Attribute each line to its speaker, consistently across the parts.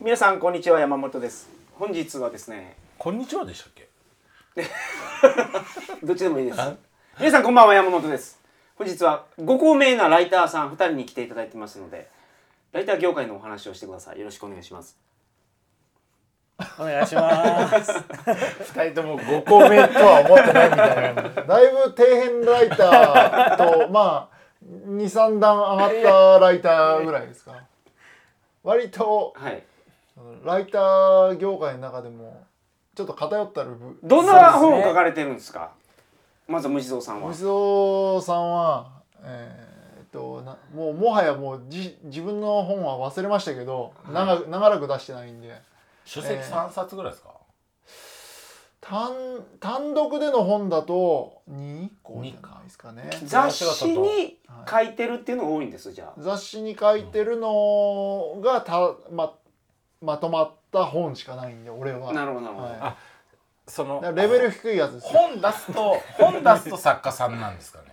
Speaker 1: 皆さんこんにちは山本です本日はですね
Speaker 2: こんにちはでしたっけ
Speaker 1: どっちでもいいです
Speaker 2: あ
Speaker 1: 皆さんこんばんは山本です本日はご高名なライターさん2人に来ていただいてますのでライター業界のお話をしてくださいよろしくお願いします
Speaker 3: お願いします。
Speaker 4: 二人とも5個目とは思ってないみたいなだいぶ底辺ライターとまあ23段上がったライターぐらいですか割と
Speaker 1: はい
Speaker 4: ライター業界の中でもちょっと偏ったる部
Speaker 1: どんな本を書かれてるんですかまず無地蔵さんは
Speaker 4: 虫蔵さんはえーっとなもうもはやもうじ自分の本は忘れましたけど長く長らく出してないんで
Speaker 2: 書籍三冊ぐらいですか。
Speaker 4: 単単独での本だと2個じゃないですかね。
Speaker 1: 雑誌に書いてるっていうの多いんですじゃあ
Speaker 4: 雑誌に書いてるのがたままとまった本しかないんで俺は
Speaker 1: なるほどなるほど
Speaker 4: はい
Speaker 2: あその
Speaker 4: だからレベル低いやつですよ
Speaker 2: 本出すと本出すと作家さんなんですかね。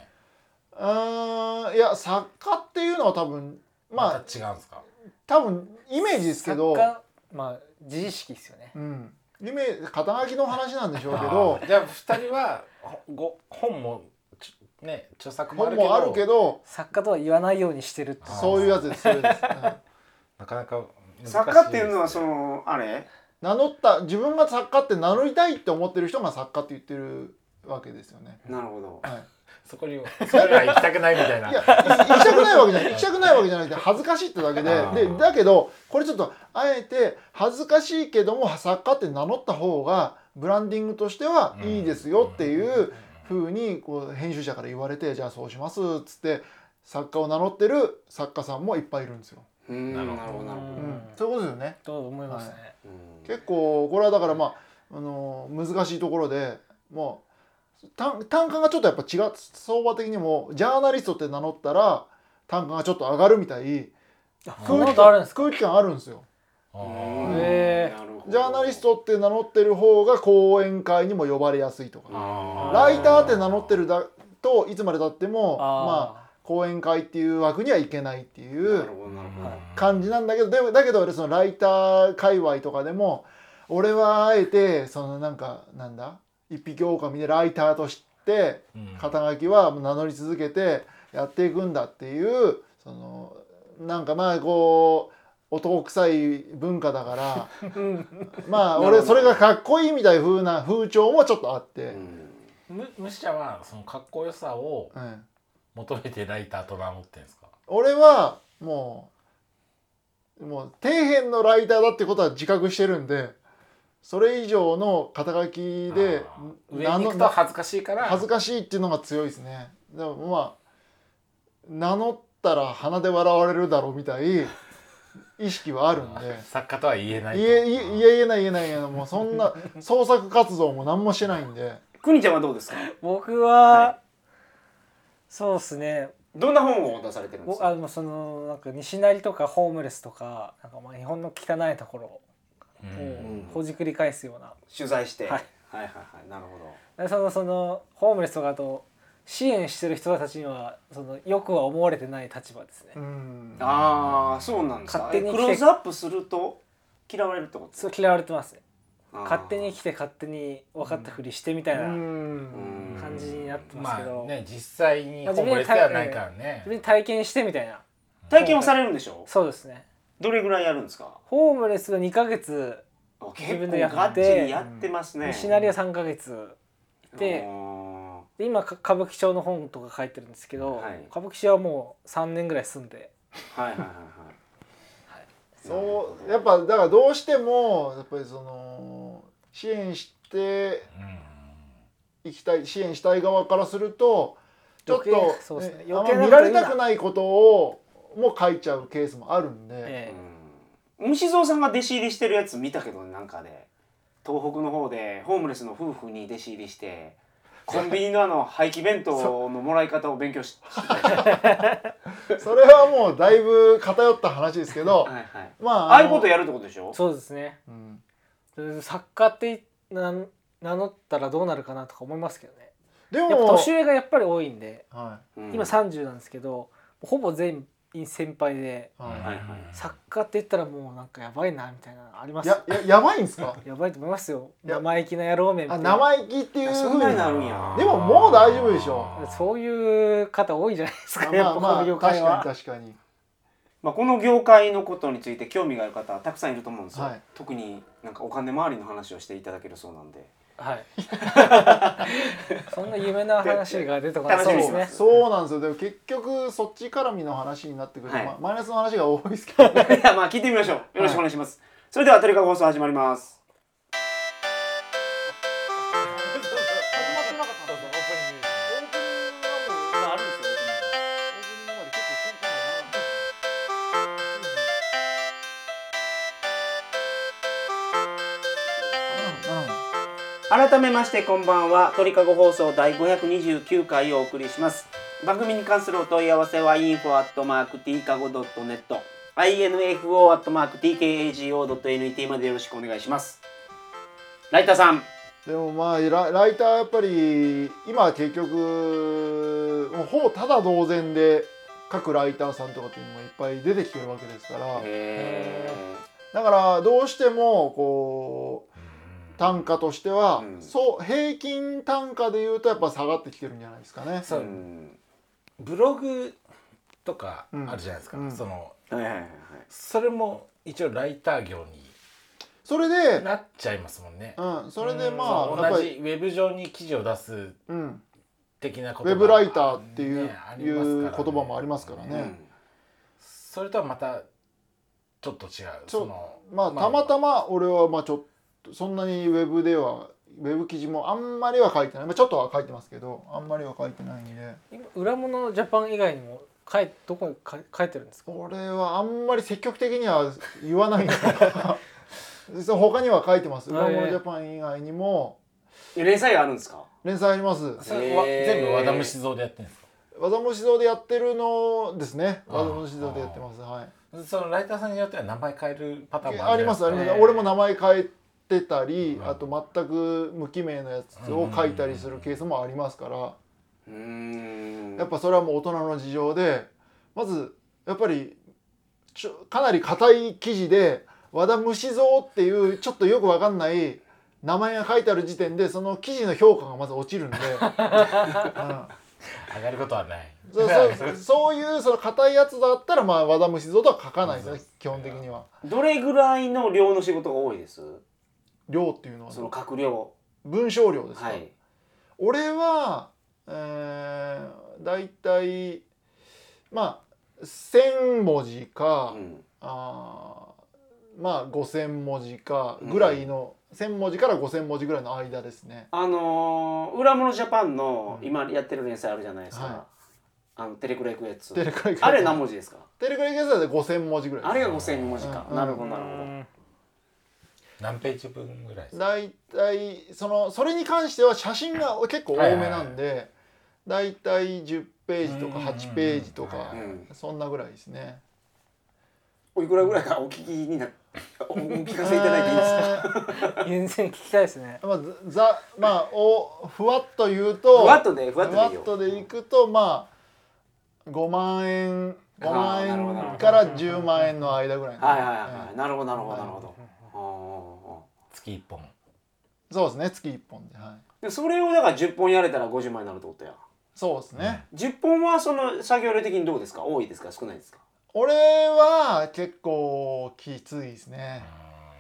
Speaker 4: うーんいや作家っていうのは多分
Speaker 2: ま
Speaker 4: まあ
Speaker 2: た違うんですか。
Speaker 4: 多分イメージですけど
Speaker 3: 作、家まあ自意識ですよね。
Speaker 4: うん、イメージ肩書きの話なんでしょうけど
Speaker 2: あーじゃあ二人はほご本もちょね著作もあ
Speaker 4: 本
Speaker 2: るけど
Speaker 4: もあるけど
Speaker 3: 作家とは言わないようにしてるって。
Speaker 2: あー
Speaker 4: そういうやつですそういうやつです、うん
Speaker 2: なかなか難しい
Speaker 1: 作家っていうのはそのあれ
Speaker 4: 名乗った自分が作家って名乗りたいって思ってる人が作家って言ってるわけですよね。
Speaker 1: なるほど
Speaker 4: はい
Speaker 2: そこにそれは行きたくないみたいない
Speaker 4: や、 行きたくないわけじゃない。行きたくないわけじゃなくて、恥ずかしいってだけ
Speaker 2: あ
Speaker 4: で。
Speaker 2: ー
Speaker 4: で、だけど、これちょっと、あえて、恥ずかしいけども、作家って名乗った方が、ブランディングとしてはいいですよっていう風に、こう、編集者から言われて、じゃあそうします、っつって、作家を名乗ってる作家さんもいっぱいいるんですよ。
Speaker 1: うーんなる
Speaker 2: なるほど
Speaker 1: ほどなるほ
Speaker 4: う
Speaker 1: ど
Speaker 4: ん。そういうことですよね。
Speaker 3: と思いますね。
Speaker 1: うん
Speaker 4: 結構、これはだからまあ、あのー難しいところで、もう、単単価がちょっとやっぱ違う相場的にもジャーナリストって名乗ったら単価がちょっと上がるみたい
Speaker 3: そんな
Speaker 4: 空気
Speaker 3: ことあるんで
Speaker 4: 感
Speaker 3: すか。
Speaker 4: 空気感あるんですよ
Speaker 2: あ
Speaker 1: う
Speaker 2: ー
Speaker 1: ん
Speaker 3: へ
Speaker 1: なるほど
Speaker 4: ジャーナリストって名乗ってる方が講演会にも呼ばれやすいとか
Speaker 1: あ
Speaker 4: ライターって名乗ってるだといつまでたってもまあ
Speaker 3: あ
Speaker 4: 講演会っていう枠にはいけないってい
Speaker 1: なる
Speaker 4: う
Speaker 1: ほどなるほど
Speaker 3: はい
Speaker 4: 感じなんだけどでもだけど俺そのライター界隈とかでも俺はあえてそのなんかなんだ一匹狼でライターとして
Speaker 2: うん
Speaker 4: 肩書きは名乗り続けてやっていくんだっていうそのなんかまあこう男臭い文化だから ま
Speaker 1: なる
Speaker 4: あ
Speaker 1: ほ
Speaker 4: 俺
Speaker 1: ど
Speaker 4: それがかっこいいみたい風な風潮もちょっとあって、
Speaker 1: うん
Speaker 2: むむしちゃんはそのかっこよさを
Speaker 4: うん
Speaker 2: 求めてライターと名乗ってんですか。
Speaker 4: 俺はもうもう底辺のライターだってことは自覚してるんでそれ以上の肩書きで
Speaker 2: あー上に行くと恥ずかしいから
Speaker 4: 恥ずかしいっていうのが強いですねでもまあ名乗ったら鼻で笑われるだろうみたい意識はあるんで
Speaker 2: 作家とは言えない
Speaker 4: 言え言え言え言えない言えない言えないもう そんな創作活動も何もしてないんで
Speaker 1: くにちゃんはどうですか
Speaker 3: あ。僕
Speaker 1: は
Speaker 3: はそうですね。
Speaker 1: どんな本を出されてるんで
Speaker 3: ぼ
Speaker 1: すか
Speaker 3: あでもそのなんか西成とかホームレスとかなんかまあ日本の汚いとこ
Speaker 2: う
Speaker 3: ろ
Speaker 2: ん
Speaker 3: をほじくり返すような。
Speaker 1: 取材して、は
Speaker 3: はいい、
Speaker 1: はいはいなるほど
Speaker 3: でそのそのホームレスとかあと支援してる人たちにはそのよくは思われてない立場ですね
Speaker 4: う。ん
Speaker 1: ああそうなんですか
Speaker 3: 勝手に
Speaker 1: え
Speaker 3: 来
Speaker 1: ク
Speaker 3: て
Speaker 1: ローズアップすると嫌われるってことです
Speaker 3: そう嫌われてますね。
Speaker 1: か
Speaker 3: 勝手に来て勝手に分かったふりしてみたいな、
Speaker 4: うん
Speaker 3: 感じになってます
Speaker 2: ま
Speaker 3: けど
Speaker 2: あね実際にホームレスではないからね
Speaker 3: 自分で体験してみたいな
Speaker 1: 体験をされるんでしょ
Speaker 3: そうですね
Speaker 1: どれぐらいやるんですか
Speaker 3: ホームレスが2ヶ月
Speaker 1: あ結
Speaker 3: 自分
Speaker 1: 構
Speaker 3: でやって
Speaker 1: ガッチリやってますね
Speaker 3: シナリオ3ヶ月で
Speaker 1: あー
Speaker 3: で今か歌舞伎町の本とか書いてるんですけど、
Speaker 1: はい
Speaker 3: 歌舞伎町はもう3年ぐらい住んで
Speaker 1: はいはいはいはい
Speaker 4: そうやっぱだからどうしてもやっぱりその支援していきたい支援したい側からするとちょっ
Speaker 3: 余計そ
Speaker 4: と、
Speaker 3: うですね
Speaker 4: えあん
Speaker 3: 余計
Speaker 4: ま見
Speaker 3: なこと
Speaker 4: ら
Speaker 3: 言
Speaker 4: れ
Speaker 3: うな
Speaker 4: たくないことをも書いちゃうケースもあるんで。
Speaker 3: え
Speaker 1: うん虫蔵さんが弟子入りしてるやつ見たけどなんかで東北の方でホームレスの夫婦に弟子入りしてコンビニのあの廃棄弁当のもらい方を勉強ししてたでしょ
Speaker 4: それはもうだいぶ偏った話ですけ ど
Speaker 1: はいはい
Speaker 4: まあ
Speaker 1: ああいうこと
Speaker 4: や、
Speaker 1: やるってことでしょ
Speaker 3: えそうですね
Speaker 4: うん
Speaker 3: で作家ってなん名乗ったらどうなるかなとか思いますけどね
Speaker 4: で
Speaker 3: やっぱ
Speaker 4: も
Speaker 3: 年上がやっぱり多いんで
Speaker 4: は
Speaker 1: うん
Speaker 3: 今30なんですけど、ほぼ全員先輩で
Speaker 4: は
Speaker 1: はいはい
Speaker 3: 作家って言ったらもうなんかやばいなみたいなのありま
Speaker 4: い、
Speaker 3: すよ
Speaker 4: やややばいんです か
Speaker 3: やばいと思いますよ
Speaker 4: いや
Speaker 3: 生意気な野郎め
Speaker 4: あ生意気っていう
Speaker 1: そ
Speaker 4: ふ
Speaker 1: んな
Speaker 4: う
Speaker 1: に
Speaker 4: に
Speaker 1: なるんや
Speaker 4: でももう大丈夫でしょ
Speaker 3: そういう方多いじゃないですか、
Speaker 4: あ
Speaker 3: や
Speaker 4: ま
Speaker 3: っ
Speaker 4: あ
Speaker 3: ぱ
Speaker 4: ま
Speaker 3: こ
Speaker 4: あ
Speaker 3: の業
Speaker 4: 確
Speaker 3: 界は
Speaker 4: かに確かに
Speaker 1: まあ、この業界のことについて興味がある方はたくさんいると思うんですよ、
Speaker 4: はい
Speaker 1: 特になんかお金周りの話をしていただけるそうなんで
Speaker 3: はいそんな夢の話が出てこない
Speaker 1: 楽しみに
Speaker 3: で
Speaker 1: し
Speaker 3: す
Speaker 1: てま
Speaker 3: ね
Speaker 1: す
Speaker 4: そうなんですよでも結局そっち絡みの話になってくると、
Speaker 1: はい
Speaker 4: まあマイナスの話が多いですけ どね
Speaker 1: ではまあ聞いてみましょうよろしくお願いします、それではトリカゴ放送始まります改めましてこんばんは鳥かご放送第529回をお送りします番組に関するお問い合わせは info.tkago.net info.tkago.net までよろしくお願いしますライターさん
Speaker 4: でもまあラライターやっぱり今は結局もうほぼただ同然で各ライターさんとかっていうのもいっぱい出てきてるわけですから
Speaker 1: へ
Speaker 4: だからどうしてもこう単価としては、
Speaker 1: うん
Speaker 4: そう平均単価でいうとやっぱ下がってきてるんじゃないですかね。
Speaker 2: そううんブログとかあるじゃないですか、
Speaker 4: うんうん
Speaker 2: その
Speaker 1: はいはいはいはい
Speaker 2: それも一応ライター業
Speaker 4: それ
Speaker 2: に
Speaker 4: で、
Speaker 2: なっちゃいますもんね、
Speaker 4: うん、それで
Speaker 3: うん
Speaker 4: ま
Speaker 2: そう
Speaker 4: あやっぱ
Speaker 2: 同じ
Speaker 4: り、
Speaker 2: ウェブ上に記事を出す
Speaker 4: うん、
Speaker 2: 的な
Speaker 4: ウ
Speaker 2: こと
Speaker 4: ェブライターっていう,、
Speaker 2: ねあり
Speaker 4: い
Speaker 2: ます
Speaker 4: う言
Speaker 2: からね
Speaker 4: 葉もありますからね。
Speaker 2: それとはまたちょっと違う
Speaker 4: そう
Speaker 2: その
Speaker 4: まあたまたま俺はまあちょっとそんなにウェブではウェブ記事もあんまりは書いてない、まあ、ちょっとは書いてますけどあんまりは書いてないんで
Speaker 3: 今裏物ジャパン以外にも書いどこに書い書いてるんですか
Speaker 4: 俺はあんまり積極的には言わないんだからそう他には書いてます「
Speaker 3: へえ
Speaker 4: 裏物ジャパン」以外にも
Speaker 1: え連載があるんですか
Speaker 4: 連載あります
Speaker 2: それわ
Speaker 1: へー
Speaker 2: 全部和田虫像でやってるんですか
Speaker 4: 和田虫堂でやってるのですね
Speaker 2: ああ
Speaker 4: 和田虫堂でやってますはい
Speaker 2: そのライターさんによっては名前変えるパターンも
Speaker 4: あ
Speaker 2: るじ
Speaker 4: り
Speaker 2: ゃないですか
Speaker 4: まあります、
Speaker 3: ね
Speaker 4: 俺も名前変えてたり、
Speaker 2: うん
Speaker 4: あと全く無記名のやつを書いたりするケースもありますから、
Speaker 1: うーん
Speaker 4: やっぱそれはもう大人の事情でまずやっぱりちょかなり硬い記事で和田虫蔵っていうちょっとよくわかんない名前が書いてある時点でその記事の評価がまず落ちるんで、うん
Speaker 2: 上がることはない
Speaker 4: そうそうそういうその硬いやつだったらまあ和田虫蔵とは書かないです
Speaker 2: そう
Speaker 4: ね
Speaker 2: そう
Speaker 4: 基本的には。
Speaker 1: どれぐらいの量の仕事が多いです
Speaker 4: 量っていうのは
Speaker 1: その閣僚
Speaker 4: 文章量ですか、
Speaker 1: はい
Speaker 4: 俺は、えー、大体まあ1,000文字か、
Speaker 1: うん
Speaker 4: あーまあ5,000文字かぐらいの、1,000文字から5,000文字ぐらいの間ですね。
Speaker 1: あのー、裏物ジャパンの
Speaker 4: うん
Speaker 1: 今やってる連載あるじゃないですか、
Speaker 4: は
Speaker 1: あのテレクラ行くやつ
Speaker 4: テレクライ
Speaker 1: あれ何文字ですか
Speaker 4: テレクライで5,000文字ぐらいです。
Speaker 1: あれが5000文字か、
Speaker 4: うん
Speaker 1: なるほどなるほど、
Speaker 2: 何ページ分ぐらいですか
Speaker 4: 大体そのそれに関しては写真が結構多めなんで、大体10ページとか8ページとか
Speaker 2: うん
Speaker 1: うんうん、
Speaker 4: そんなぐらいですね。
Speaker 1: おいくらぐらいかお聞きになおお聞かせいただいていいですか
Speaker 4: か。
Speaker 3: 全然聞きたいですね
Speaker 4: まあざまあおふわっと言うと、
Speaker 1: ふわっとでふわっとでいいよ
Speaker 4: ふわっとでいくとまあ5万円5
Speaker 1: あ
Speaker 4: 万
Speaker 1: ーなるほどなる
Speaker 4: 円
Speaker 1: ほど
Speaker 4: から10万円の間ぐらいの
Speaker 1: はいはいはい、
Speaker 4: うん
Speaker 1: なるほどなるほどなるほど、
Speaker 2: 月1本
Speaker 4: そうですね月1本ではい
Speaker 1: でそれをだから10本やれたら50万になるってことや
Speaker 4: そうですね、
Speaker 1: 10本はその作業量的にどうですか多いですか少ないですか
Speaker 4: 俺は結構きついですね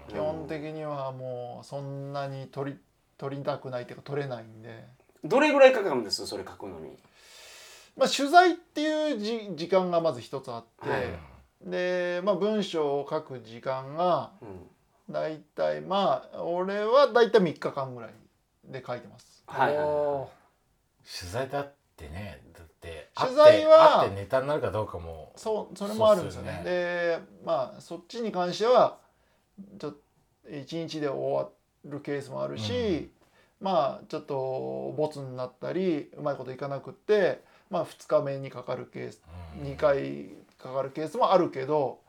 Speaker 1: うん
Speaker 4: 基本的にはもうそんなに取り取りたくないっていうか取れないんで、
Speaker 1: どれぐらいかかるんですそれ書くのに
Speaker 4: まあ、取材っていうじ時間がまず一つあって、
Speaker 1: はい
Speaker 4: で、まあ、文章を書く時間が
Speaker 1: うん
Speaker 4: 大体まあ俺は大体3日間ぐらいで書いてます
Speaker 1: はいはいはい
Speaker 3: お
Speaker 2: 取材だってねだって
Speaker 4: 取材は
Speaker 2: あってあってネタになるかどうかも
Speaker 4: そうそれもあるんですよね
Speaker 2: そうっすよ
Speaker 4: でまあそっちに関してはちょっと1日で終わるケースもあるし、まあちょっとボツになったりうまいこといかなくって、まあ、2日目にかかるケース
Speaker 2: うん
Speaker 4: 2回かかるケースもあるけど、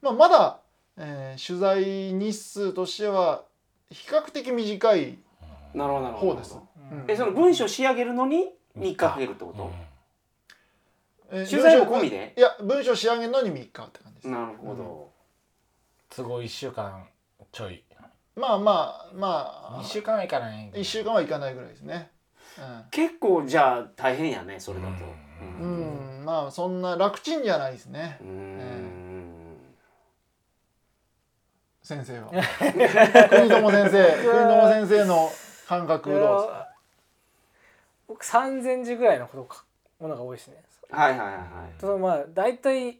Speaker 4: まあ、まだ、えー取材日数としては比較的短い
Speaker 2: うん
Speaker 1: なるほどなるほど
Speaker 4: 方です。
Speaker 3: うん
Speaker 4: うん
Speaker 1: えその文章仕上げるのに3日かけるってこ
Speaker 2: う
Speaker 1: と
Speaker 2: ん、
Speaker 4: ええー
Speaker 1: 取材も込みで
Speaker 4: 文章いや文章仕上げるのに3日って感じです、
Speaker 1: なるほど、
Speaker 2: 都合1週間ちょい
Speaker 4: まあまあまあ
Speaker 2: 1週間はいかない
Speaker 4: 1週間はいかないぐらいですね
Speaker 1: 結構じゃあ大変やねそれだと
Speaker 2: うん
Speaker 4: うん、うん、まあそんな楽ちんじゃないですね
Speaker 1: うんうん
Speaker 4: 先 生は国友先生国友先生の感覚どうですか
Speaker 3: 僕3000字ぐらいのことかものが多いですね
Speaker 1: はいはいはいはい
Speaker 3: そのまあ大体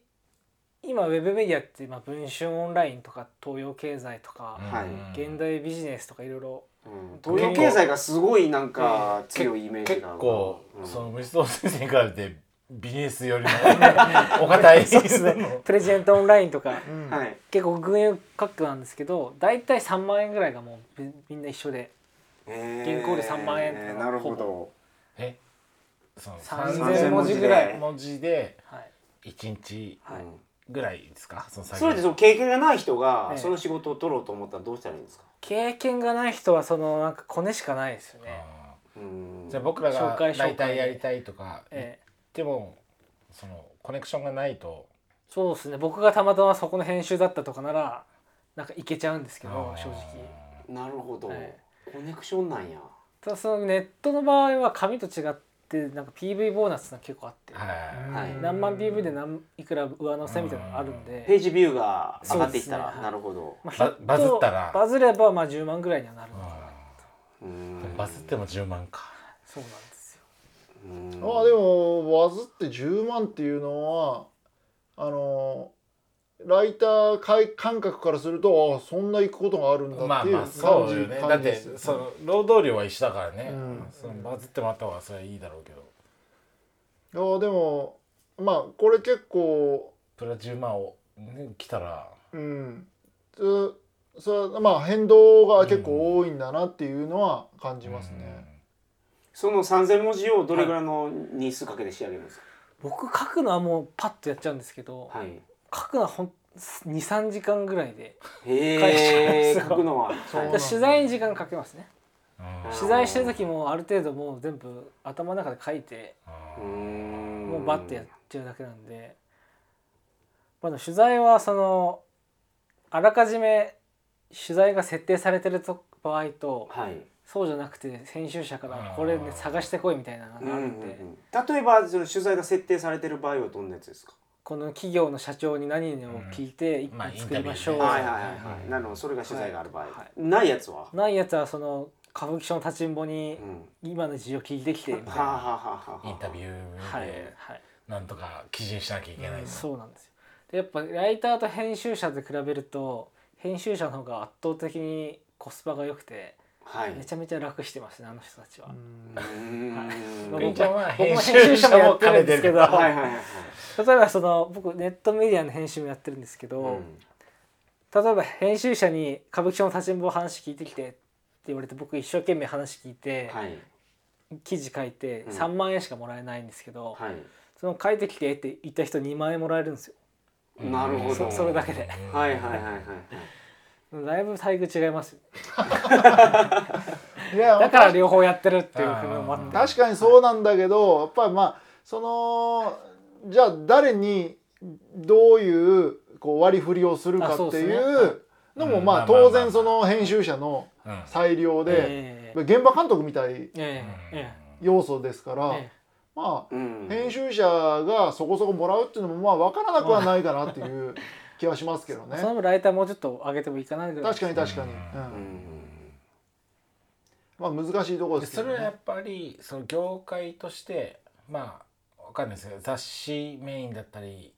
Speaker 3: 今ウェブメディアってまあ文春オンラインとか東洋経済とか、
Speaker 1: はい
Speaker 3: 現代ビジネスとかいろいろ
Speaker 1: うん東洋経済がすごいなんか強いイメージ
Speaker 2: 結
Speaker 1: があるな
Speaker 2: 構、
Speaker 1: うん
Speaker 2: その無双先生に比べてビジネスよりもお堅い
Speaker 3: そうで すねプレジデントオンラインとか
Speaker 4: うん
Speaker 1: はい
Speaker 3: 結構群雄割拠なんですけど大体3万円ぐらいがもうみみんな一緒で
Speaker 1: 銀
Speaker 3: 銀行で3万円とか
Speaker 1: なるほど
Speaker 2: えその
Speaker 3: 3000
Speaker 2: 3000
Speaker 3: 文
Speaker 2: 文字
Speaker 3: 字ぐ
Speaker 2: ぐ
Speaker 3: ら
Speaker 2: ら
Speaker 1: い
Speaker 2: い文字で
Speaker 3: はい
Speaker 2: 1日
Speaker 3: はい
Speaker 1: うん
Speaker 2: ぐらいですかその
Speaker 1: それってそ
Speaker 2: そ
Speaker 1: の経験がない人が
Speaker 3: ええ
Speaker 1: その仕事を取ろうと思ったらどうしたらいいんですか
Speaker 3: 経験がない人はそのなんかコネしかないですよね
Speaker 1: うん
Speaker 2: じゃあ僕ら
Speaker 3: 紹
Speaker 2: が
Speaker 3: 介紹介
Speaker 2: 大体やりたいとか言っ
Speaker 3: ええ
Speaker 2: てもそのコネクションがないと
Speaker 3: そうですね僕がたまたまそこの編集だったとかならなんかいけちゃうんですけど正直
Speaker 1: なるほど
Speaker 3: え
Speaker 1: コネクションなんや
Speaker 3: ただそのネットの場合は紙と違ってなんか PV ボーナスが結構あって
Speaker 2: は
Speaker 1: はい
Speaker 3: 何万 PV で何いくら上乗せみたいなのがあるん
Speaker 1: ペ
Speaker 3: で
Speaker 1: ージビューが上がっていった
Speaker 3: そう
Speaker 1: ら、
Speaker 3: ですね
Speaker 1: なるほど
Speaker 3: まあ
Speaker 2: バ
Speaker 3: ヒット
Speaker 2: バズったら
Speaker 3: バズればまあ10万ぐらいにはなるのかな
Speaker 1: う
Speaker 2: い
Speaker 1: ん
Speaker 2: バズっても10万か
Speaker 3: そうなんですよ
Speaker 1: うん
Speaker 4: まあでもバズって10万っていうのはあのライターかい感覚からするとあそんな行くことがあるんだ
Speaker 2: ま
Speaker 4: っ
Speaker 2: あ
Speaker 4: ていう
Speaker 2: まあ
Speaker 4: 感じ,、
Speaker 2: そうよねだっ
Speaker 4: 感じで
Speaker 2: て
Speaker 4: すよ
Speaker 2: その労働量は一緒だからね、
Speaker 4: うん
Speaker 2: そのバズってもらった方がそれはいいだろうけど
Speaker 4: いやでもまあこれ結構
Speaker 2: プラ10万を、ね、来たら
Speaker 4: うんつそれまあ変動が結構多いんだなっていうのは感じますね。
Speaker 1: その3000文字をどれぐらいの日数かけて仕上げるんです
Speaker 3: 僕書くのはもうパッとやっちゃうんですけど
Speaker 1: かはい
Speaker 3: 書くのはほん23時間ぐらいで
Speaker 1: へえ
Speaker 3: 返しますよ
Speaker 1: 書くのは
Speaker 4: そう
Speaker 1: はい
Speaker 4: なんだ
Speaker 3: 取材に時間かけますね
Speaker 2: うん
Speaker 1: あー
Speaker 3: 取材してる時もある程度もう全部頭の中で書いて
Speaker 1: う
Speaker 2: うん
Speaker 1: ん
Speaker 3: もうバッてやっちゃうだけなんで、まあ、でも取材はそのあらかじめ取材が設定されてると場合と
Speaker 1: はい
Speaker 3: そうじゃなくて編集者からこれ、ね
Speaker 2: あ、ー
Speaker 3: 探してこいみたいなの
Speaker 1: うんう
Speaker 3: がある
Speaker 1: ん
Speaker 3: ん
Speaker 1: う
Speaker 3: で、
Speaker 1: ん例えばその取材が設定されてる場合はどんなやつですか
Speaker 3: この企業の社長に何々を聞いて一
Speaker 2: まあ
Speaker 3: 本作りましょう、
Speaker 2: インタビューね
Speaker 1: はいはい
Speaker 2: は
Speaker 1: はいはいなるほどそれが取材がある場合
Speaker 3: はいは
Speaker 1: ないやつは
Speaker 3: ないやつはその歌舞伎町の立ちんぼに
Speaker 1: うん
Speaker 3: 今の字を聞いてきてみた
Speaker 1: は
Speaker 3: いな
Speaker 1: あはあはあはあ
Speaker 2: インタビュ
Speaker 3: は
Speaker 2: ー
Speaker 3: い
Speaker 2: で
Speaker 3: はい
Speaker 2: なんとか記事にしなきゃいけない、
Speaker 3: そうなんですよでやっぱライターと編集者で比べると編集者の方が圧倒的にコスパが良くて
Speaker 1: はい
Speaker 3: めちゃめちゃ楽してますねあの人たちは、
Speaker 4: うん
Speaker 1: うーん
Speaker 3: まあ
Speaker 1: は
Speaker 2: め
Speaker 1: い
Speaker 2: っちゃまあ
Speaker 3: 僕も
Speaker 2: 編集者も
Speaker 3: やってるんですけど
Speaker 2: 兼ね
Speaker 1: はいはいはい
Speaker 3: 例えばその僕ネットメディアの編集もやってるんですけど、
Speaker 1: うん
Speaker 3: 例えば編集者に「歌舞伎町の立ちんぼ話聞いてきて」って言われて僕一生懸命話聞いて、
Speaker 1: はい
Speaker 3: 記事書いて
Speaker 1: うん
Speaker 3: 3万円しかもらえないんですけど、
Speaker 1: はい
Speaker 3: その書いてきてって言った人2万円もらえるんですよ
Speaker 1: なるほど
Speaker 3: そそれだけで
Speaker 1: はいはいはいはいはい
Speaker 3: だいぶ待遇違いますよ
Speaker 4: いや
Speaker 3: だから両方やってるっていうふうに思って
Speaker 4: 確かにそうなんだけどやっぱりまあそのじゃあ誰にどういうこう割り振りをするか
Speaker 3: あそう
Speaker 4: って
Speaker 3: です
Speaker 4: い
Speaker 3: ねは
Speaker 4: うのも
Speaker 2: うん
Speaker 4: ま
Speaker 2: ま
Speaker 4: あ
Speaker 2: あまあま
Speaker 4: 当
Speaker 2: あ
Speaker 4: 然その編集者の
Speaker 2: うんうん
Speaker 4: 裁量で
Speaker 3: ええ
Speaker 4: 現場監督みたい
Speaker 3: ええええ
Speaker 4: 要素ですか
Speaker 3: え
Speaker 4: ら
Speaker 3: え
Speaker 4: まあ
Speaker 1: うん
Speaker 4: 編集者がそこそこもらうっていうのもまあ分からなくはないかなっていう気はしますけどね
Speaker 3: その分ライターもうちょっと上げてもいいかなぐらい
Speaker 4: 確かに確かに、
Speaker 1: う
Speaker 4: う
Speaker 1: んん
Speaker 4: まあ難しいところ
Speaker 2: で
Speaker 4: です
Speaker 2: そ
Speaker 4: けど、
Speaker 2: れはや
Speaker 4: ね、
Speaker 2: っぱりその業界としてまあわかんないですけど雑誌メインだったり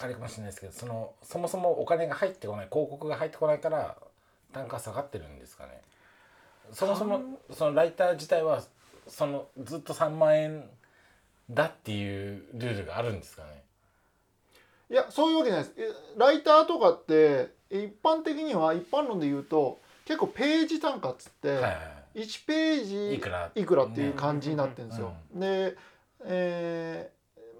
Speaker 2: あれかもしれないですけどそのそもそもお金が入ってこない広告が入ってこないから単価下がってるんですかねそもそもそのライター自体はそのずっと3万円だっていうルールがあるんですかね
Speaker 4: いやそういうわけじゃないですえライターとかって一般的には一般論で言うと結構ページ単価っつって、
Speaker 2: はいはい
Speaker 4: 1ペー
Speaker 2: はい
Speaker 4: ジ
Speaker 2: いくら
Speaker 4: いくらっていう感じになってるんですよ。で、え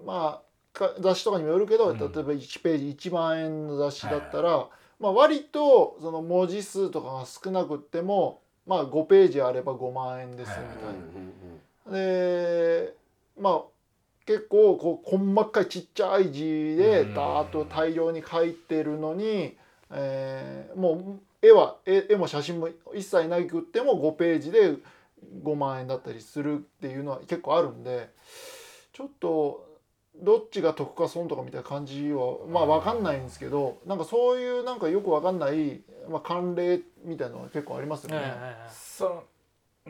Speaker 4: ーまあか雑誌とかにもよるけど、
Speaker 2: うん
Speaker 4: 例えば1ページ1万円の雑誌だったら、まあ、割とその文字数とかが少なくっても、まあ、5ページあれば5万円ですみたい
Speaker 2: はい
Speaker 4: な。
Speaker 1: うんうんうん
Speaker 4: でまあ結構こうこんまっかいちっちゃい字で
Speaker 2: うん
Speaker 4: ダーッと大量に書いてるのに、えーもう絵は絵絵も写真も一切なくっても5ページで5万円だったりするっていうのは結構あるんでちょっとどっちが得か損とかみたいな感じはまあ分かんないんですけどなんかそういうなんかよく分かんない、まあ、慣例みたいなのは結構ありますよね。
Speaker 2: そ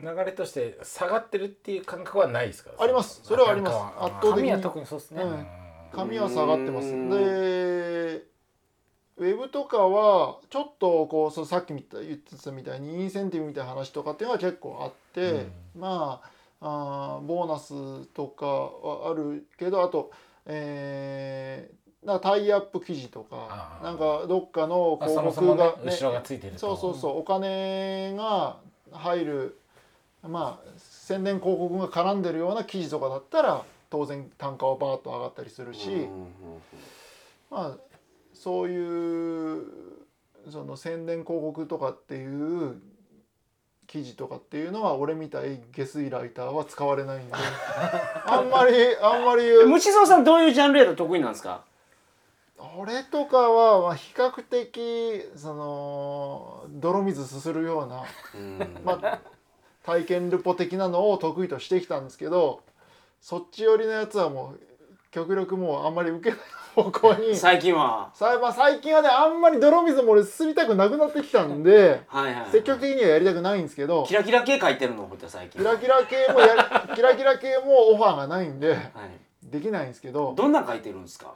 Speaker 2: の流れとして下がってるっていう感覚はないですか
Speaker 4: ありますそれはあります
Speaker 2: なんか
Speaker 4: 圧倒的
Speaker 3: 紙は特にそうですね、
Speaker 4: う
Speaker 2: うんん
Speaker 4: 紙は下がってます
Speaker 1: う
Speaker 4: で
Speaker 1: ん
Speaker 4: ウェブとかはちょっとこうそうさっきみたい言ってたみたいにインセンティブみたいな話とかっていうのは結構あって、まああーボーナスとかはあるけどあとえーなんかタイアップ記事とか
Speaker 2: あー
Speaker 4: なんかどっかの
Speaker 2: あそ
Speaker 4: 広
Speaker 2: もそ
Speaker 4: 告
Speaker 2: も、ね
Speaker 4: が、ね
Speaker 2: 後ろがついてると
Speaker 4: そうそうそうお金が入るまあ宣伝広告が絡んでるような記事とかだったら当然単価はバーッと上がったりするし、
Speaker 1: うんうんうん
Speaker 4: まあそういうその宣伝広告とかっていう記事とかっていうのは俺みたい下水ライターは使わ れないんであんまりあんまり
Speaker 1: え虫蔵さんどういうジャンルやと得意なんですか
Speaker 4: 俺とかはまあ比較的その泥水すするような。まあ、体験ルポ的なのを得意としてきたんですけどそっち寄りのやつはもう極力もうあんまり受けない方向にさ
Speaker 1: 最近は
Speaker 4: まあ最近はねあんまり泥水も俺すすりたくなくなってきたんで
Speaker 1: はいはい
Speaker 4: 積極的にはやりたくないんですけど
Speaker 1: キラキラ系書いてるのほんと最近
Speaker 4: キラキラ系もやりキラキラ系もオファーがないんで
Speaker 1: はい、
Speaker 4: できないんですけど
Speaker 1: どんなん書いてるんですか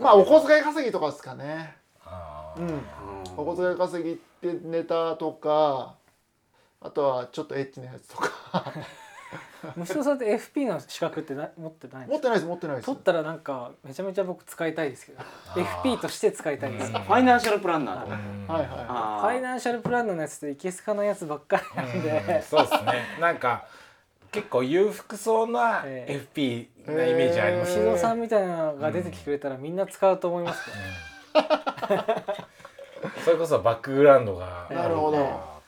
Speaker 4: まあお小遣い稼ぎとかですかね
Speaker 2: あー
Speaker 4: うん
Speaker 1: うん
Speaker 4: お小遣い稼ぎってネタとかあとはちょっとエッチなやつとか
Speaker 3: 虫戸さんって FP の資格ってな持ってないんで
Speaker 4: 持
Speaker 3: す
Speaker 4: って
Speaker 3: か
Speaker 4: ないです持ってないです
Speaker 3: 取ったらなんかめちゃめちゃ僕使いたいですけど FP として使いたいです
Speaker 2: うん
Speaker 1: あファイナンシャルプランナーとか、
Speaker 2: うん
Speaker 4: はいはい
Speaker 1: あ
Speaker 3: フ
Speaker 1: あ
Speaker 3: ァイナンシャルプランナーのやつっていけすかのやつばっかりなん
Speaker 2: うん
Speaker 3: で
Speaker 2: そうですねなんか結構裕福そうな
Speaker 3: え
Speaker 2: FP なイメージあります
Speaker 3: 虫
Speaker 2: ね、
Speaker 3: 戸さんみたいなのが出てきてくれたらみんな使うと思いますけど
Speaker 2: それこそバックグラウンドが
Speaker 4: なるほど
Speaker 2: あ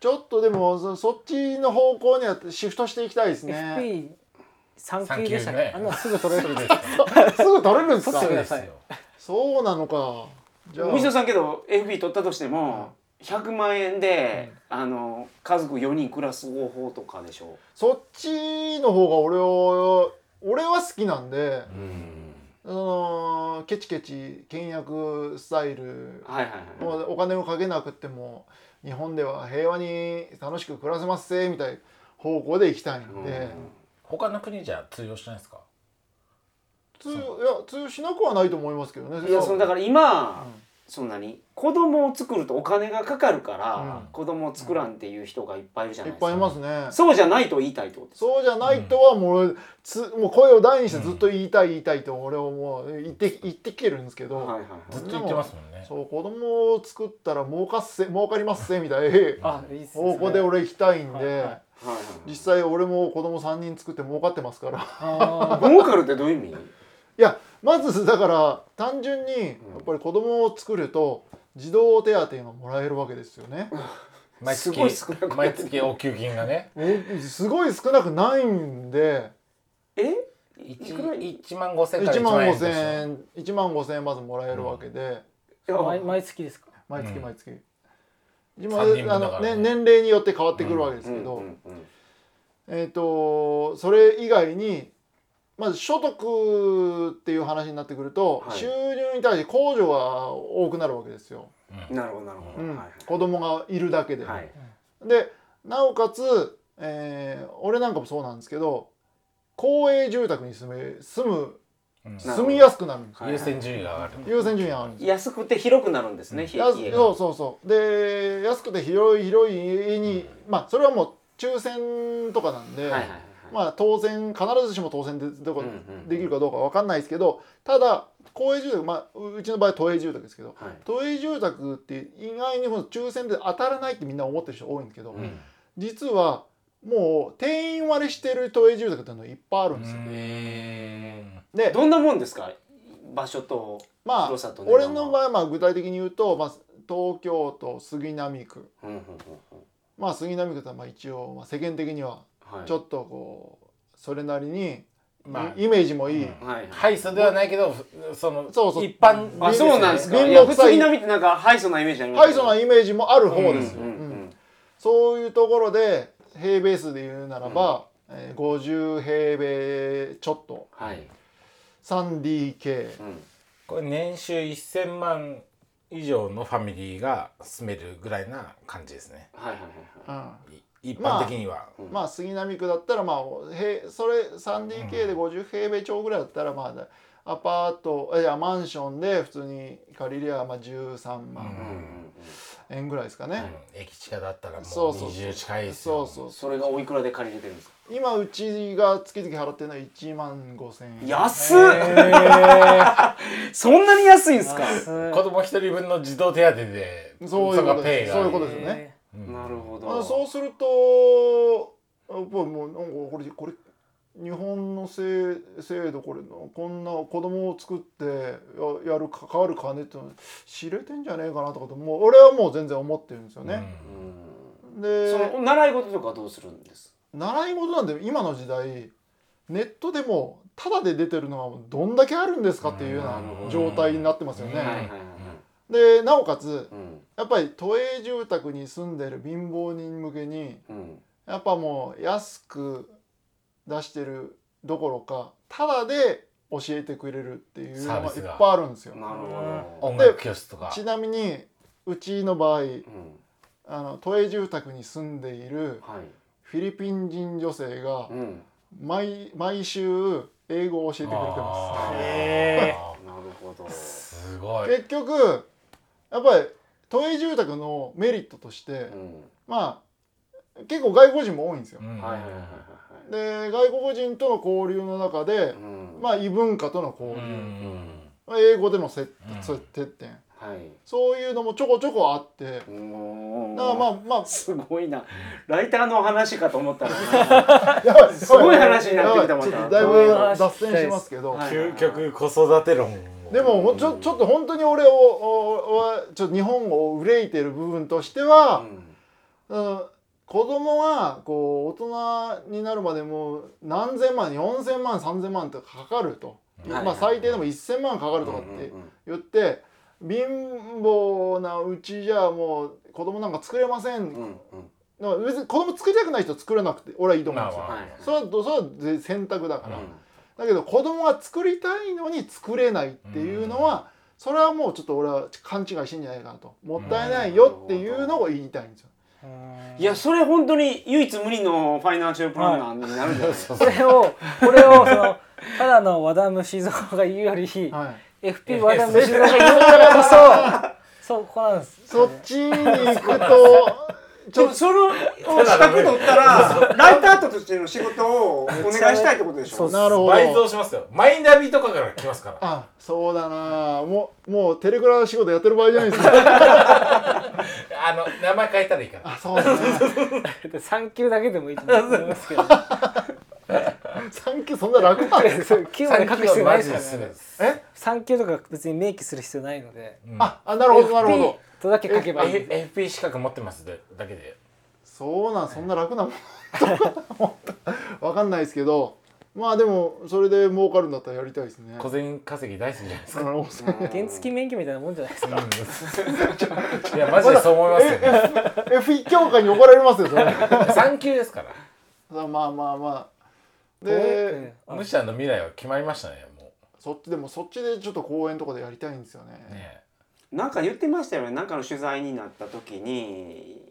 Speaker 4: ちょっとでもそそっちの方向にはシフトしていきたいですね。
Speaker 3: FP 三級でしたっ
Speaker 2: 三級ね
Speaker 3: け、あんなのすぐ取れるんです
Speaker 2: る
Speaker 3: よ
Speaker 2: からそうです
Speaker 4: すぐ取れるんです
Speaker 2: よ
Speaker 4: か
Speaker 2: そ
Speaker 3: 取っ
Speaker 2: う
Speaker 3: てく
Speaker 2: で
Speaker 3: だ
Speaker 2: す
Speaker 3: さい
Speaker 2: よ
Speaker 4: そうなのか。じゃあ
Speaker 1: お店さんけど FB 取ったとしても100万円で、あの家族4人暮らす方法とかでしょ
Speaker 4: そっちの方が俺を俺は好きなんで、
Speaker 1: う、
Speaker 4: あのーケチケチ倹約スタイル
Speaker 1: はいはい
Speaker 4: も
Speaker 1: は
Speaker 4: うお金をかけなくても日本では平和に楽しく暮らせますぜみたいな方向で行きたい
Speaker 1: い、
Speaker 4: んで、
Speaker 2: 他の国じゃ通用しないですか
Speaker 4: 通いや通用しなくはないと思いますけどね。
Speaker 1: いやそのだから今、
Speaker 4: うん
Speaker 1: そんなに子供を作るとお金がかかるから、
Speaker 4: うん
Speaker 1: 子供を作らんっていう人がいっぱいいるじゃ
Speaker 4: い
Speaker 1: な
Speaker 4: っ
Speaker 1: いですか
Speaker 4: ぱいいますね。
Speaker 1: そうじゃないと言いたいってことです
Speaker 4: そうじゃないとはもう,、つもう声を大にしてずっと言いたい言いたいと俺はもう言って言ってきてるんですけど、
Speaker 1: はいはいはい
Speaker 2: ずっと言ってますもんね
Speaker 4: そう子供を作ったら儲かっせ儲かりますせみたい な
Speaker 3: あいいっすね
Speaker 4: 方向で俺行きたいんで、
Speaker 3: はいはい
Speaker 1: はいはい
Speaker 4: 実際俺も子供3人作って儲かってますから
Speaker 3: それあ
Speaker 1: ボーカルってどういう意味
Speaker 4: いやまずだから単純にやっぱり子供を作ると児童手当がもらえるわけですよ ね。
Speaker 2: 毎
Speaker 1: す
Speaker 2: 月
Speaker 1: ごい少なくなってる
Speaker 2: 毎月お給金がね
Speaker 4: おすごい少なくないんで
Speaker 1: えいくらい
Speaker 2: 1万5千から
Speaker 4: 1
Speaker 2: 1
Speaker 4: 万
Speaker 2: 万円です
Speaker 4: 5,000円1万5,000円まずもらえるわけで。
Speaker 1: や
Speaker 3: ー 毎毎月ですか
Speaker 4: 毎月
Speaker 2: うん
Speaker 4: 毎月、
Speaker 2: 三人分
Speaker 4: 今あ
Speaker 2: だ
Speaker 4: の、
Speaker 2: から
Speaker 4: ね、
Speaker 2: ね
Speaker 4: 年齢によって変わってくるわけですけど、
Speaker 1: うんうんうん
Speaker 4: えっ、とそれ以外にまず所得っていう話になってくると、
Speaker 1: はい
Speaker 4: 収入に対して控除が多くなるわけですよ、
Speaker 1: なるほどなるほ
Speaker 4: う
Speaker 1: ど、
Speaker 4: ん
Speaker 1: はい
Speaker 4: 子供がいるだけで。
Speaker 1: はいはい
Speaker 4: でなおかつ、えー俺なんかもそうなんですけど公営住宅に住め住む
Speaker 2: うん
Speaker 1: なるほど
Speaker 4: 住みやすくなるんですよ
Speaker 1: はい
Speaker 2: 優先順位が上がる
Speaker 4: 優先順位が上がるんですよ
Speaker 1: 安くて広くなるんですね、家
Speaker 4: 安
Speaker 1: 家が
Speaker 4: そうそうそうで安くて広い広い家に、まあそれはもう抽選とかなんで、
Speaker 1: はいはいはいはい
Speaker 4: まあ当選必ずしも当選でどこ、
Speaker 1: うんうん
Speaker 4: できるかどうかわかんないですけどただ公営住宅まあううちの場合都営住宅ですけど
Speaker 1: はい
Speaker 4: 都営住宅って意外にこの抽選で当たらないってみんな思ってる人多いんですけど、
Speaker 1: うん
Speaker 4: 実はもう定員割れしてる都営住宅っていうのがいっぱいあるんですよ。
Speaker 2: うん
Speaker 4: で
Speaker 1: どんなもんですか場所と
Speaker 4: まあ
Speaker 1: 広さと値段は
Speaker 4: 俺の場合はまあ具体的に言うと、まあ、東京都杉並区
Speaker 1: うんうんうん
Speaker 4: まあ杉並区とはまあ一応まあ世間的には
Speaker 1: うんはい
Speaker 4: ちょっとこうそれなりに
Speaker 2: まあ
Speaker 4: イメージもいい、
Speaker 1: はい
Speaker 2: 敗訴ではないけどその
Speaker 4: そうそう
Speaker 2: 一般
Speaker 1: あそうなんですか
Speaker 4: 貧乏
Speaker 1: いや
Speaker 4: く
Speaker 1: 不
Speaker 4: さ
Speaker 1: 思
Speaker 4: い
Speaker 1: 議なみってなんかハイソなイメージあります
Speaker 4: ハイソな
Speaker 1: イ
Speaker 4: イメージもある方
Speaker 1: メ
Speaker 4: ですよ、
Speaker 1: うん
Speaker 4: うんそういうところで平米数で言うならば、えー50平米ちょっと
Speaker 1: はい、
Speaker 4: 3DK
Speaker 1: うん
Speaker 2: これ年収1000万以上のファミリーが住めるぐらいな感じですね
Speaker 1: はいはいはいはい
Speaker 4: うん
Speaker 2: い一般的には、
Speaker 4: まあ杉並区だったらまあへそれ 3DK で50平米超ぐらいだったらまあアパートいやマンションで普通に借りりゃまあ13
Speaker 1: うん
Speaker 4: 万
Speaker 1: うん
Speaker 4: 円ぐらいですかね、
Speaker 2: うん駅近だったらもう
Speaker 4: そうそうそう
Speaker 2: 20近いです
Speaker 4: そ
Speaker 2: よ
Speaker 4: うそううん
Speaker 1: それがおいくらで借りれてるんですか
Speaker 4: 今うちが月々払ってるのは1万5千円
Speaker 1: 安っ
Speaker 2: へー
Speaker 1: そんなに安いんですか
Speaker 3: 安い
Speaker 2: 子供一人分の児童手当で
Speaker 4: そういうこと
Speaker 2: がペイが
Speaker 4: そういうことですよね
Speaker 2: うん
Speaker 1: なるほ
Speaker 4: あ
Speaker 1: ど
Speaker 4: そうするとやっぱりもうなんかこれこれ日本の制制度これのこんな子供を作ってややる関わる金っていうの知れてんじゃねえかなとかともう俺はもう全然思ってるんですよね。
Speaker 1: う
Speaker 2: うん
Speaker 1: んそ
Speaker 4: で
Speaker 1: の習い事とかどうするんです
Speaker 4: 習い事なんて今の時代ネットでもタダで出てるのはもうどんだけあるんですかっていうような状態になってますよ
Speaker 2: うん
Speaker 1: はいはいはい
Speaker 4: ね。
Speaker 1: はい
Speaker 4: でなおかつ
Speaker 1: うん
Speaker 4: やっぱり都営住宅に住んでる貧乏人向けに
Speaker 1: うん
Speaker 4: やっぱもう安く出してるどころかタダで教えてくれるっていうのがいっぱいあるんですよ。
Speaker 1: なるほど
Speaker 2: 音楽教室とか
Speaker 4: ちなみにうちの場合
Speaker 1: うん
Speaker 4: あの都営住宅に住んでいる
Speaker 1: はい
Speaker 4: フィリピン人女性が
Speaker 1: うん
Speaker 4: 毎毎週英語を教えてくれて
Speaker 2: あー
Speaker 4: ま
Speaker 3: へ
Speaker 1: なるほど
Speaker 2: すご
Speaker 4: す。
Speaker 2: い
Speaker 4: 結局やっぱり都営住宅のメリットとして
Speaker 1: うん
Speaker 4: まあ結構外国人も多いんですよ
Speaker 2: う。ん
Speaker 1: はいはいはいはい
Speaker 4: で外国人との交流の中で
Speaker 1: はいうん
Speaker 4: まあ異文化との交
Speaker 2: う
Speaker 4: 流
Speaker 2: ん
Speaker 4: まあ英語での接
Speaker 2: うん
Speaker 4: 接接点
Speaker 1: はい
Speaker 4: そういうのもちょこちょこあって
Speaker 1: お
Speaker 4: だからまあまあ
Speaker 1: すごいなライターの話かと思ったら
Speaker 4: やばい
Speaker 1: すごい話になってきた
Speaker 4: やばいちょっ
Speaker 1: また
Speaker 4: とだいぶ
Speaker 3: こういう話
Speaker 4: 脱線しますけど、
Speaker 1: はい
Speaker 2: 究極子育て論を
Speaker 4: でもほんちょちょっと本当に俺をおおちょっと日本語を憂いてる部分としては、うん子供がこう大人になるまでもう何千万4,000万3,000万ってかかると、
Speaker 1: はいはい
Speaker 4: まあ最低でも1,000万かかるとかって、言って貧乏なうちじゃもう子供なんか作れません、
Speaker 1: うんうんうん
Speaker 4: だから別に子供作りたくない人は作らなくて俺はいいと思うんですよ、
Speaker 2: まあ
Speaker 1: はい
Speaker 4: それはどそれは全選択だから、
Speaker 2: うん
Speaker 4: だけど子供が作りたいのに作れないっていうのは、それはもうちょっと俺は勘違いしてんじゃないかなともったいないよっていうのを言いたいんですよ、
Speaker 3: うん
Speaker 1: いやそれ本当に唯一無二のファイナンシャルプランナーになるんじゃないですか
Speaker 3: これをこれをそのただの和田虫蔵が言うより
Speaker 4: はい
Speaker 3: FP 和田虫蔵が言うからこそそうここなんです
Speaker 4: そっ ちに行くと
Speaker 1: ちょそれを資格取ったらライターとしての仕事をお願いしたいってことでしょ
Speaker 3: そう
Speaker 4: なるほど
Speaker 2: 倍増しますよマイナビとかから来ますから
Speaker 4: あそうだなもうもうテレクラ仕事やってる場合じゃないですか
Speaker 2: あの名前変えたらいいから
Speaker 4: あそうだな
Speaker 3: 3級だけでもいいと思いますけど
Speaker 4: 産休そんな楽なんですか
Speaker 3: 9まで書く必要ないです
Speaker 2: マ
Speaker 3: か
Speaker 2: ジ
Speaker 3: ら
Speaker 2: で
Speaker 3: ね
Speaker 2: す
Speaker 4: え
Speaker 3: 3級とか別に明記する必要ないので
Speaker 2: ぐうん
Speaker 4: ああなるほどなるほど
Speaker 3: FP とだけ書けばいい
Speaker 2: F- FP 資格持ってますでだけで
Speaker 4: そうなんそんな楽なもん わかんないですけどまあでもそれで儲かるんだったらやりたいですね
Speaker 2: 小銭稼ぎ大好きじゃないですか
Speaker 4: あの
Speaker 3: 原付免許みたいなもんじゃないですか
Speaker 2: いやマジでそう思いますよね
Speaker 4: F1 協会に怒られますよ それ
Speaker 2: 産休ですから
Speaker 4: まあまあまあ
Speaker 3: うん
Speaker 4: で
Speaker 2: むしゃんの未来は決まりましたねも
Speaker 4: そっちでもそっちでちょっと公演とかでやりたいんですよね
Speaker 2: うね
Speaker 1: なんか言ってましたよねなんかの取材になった時に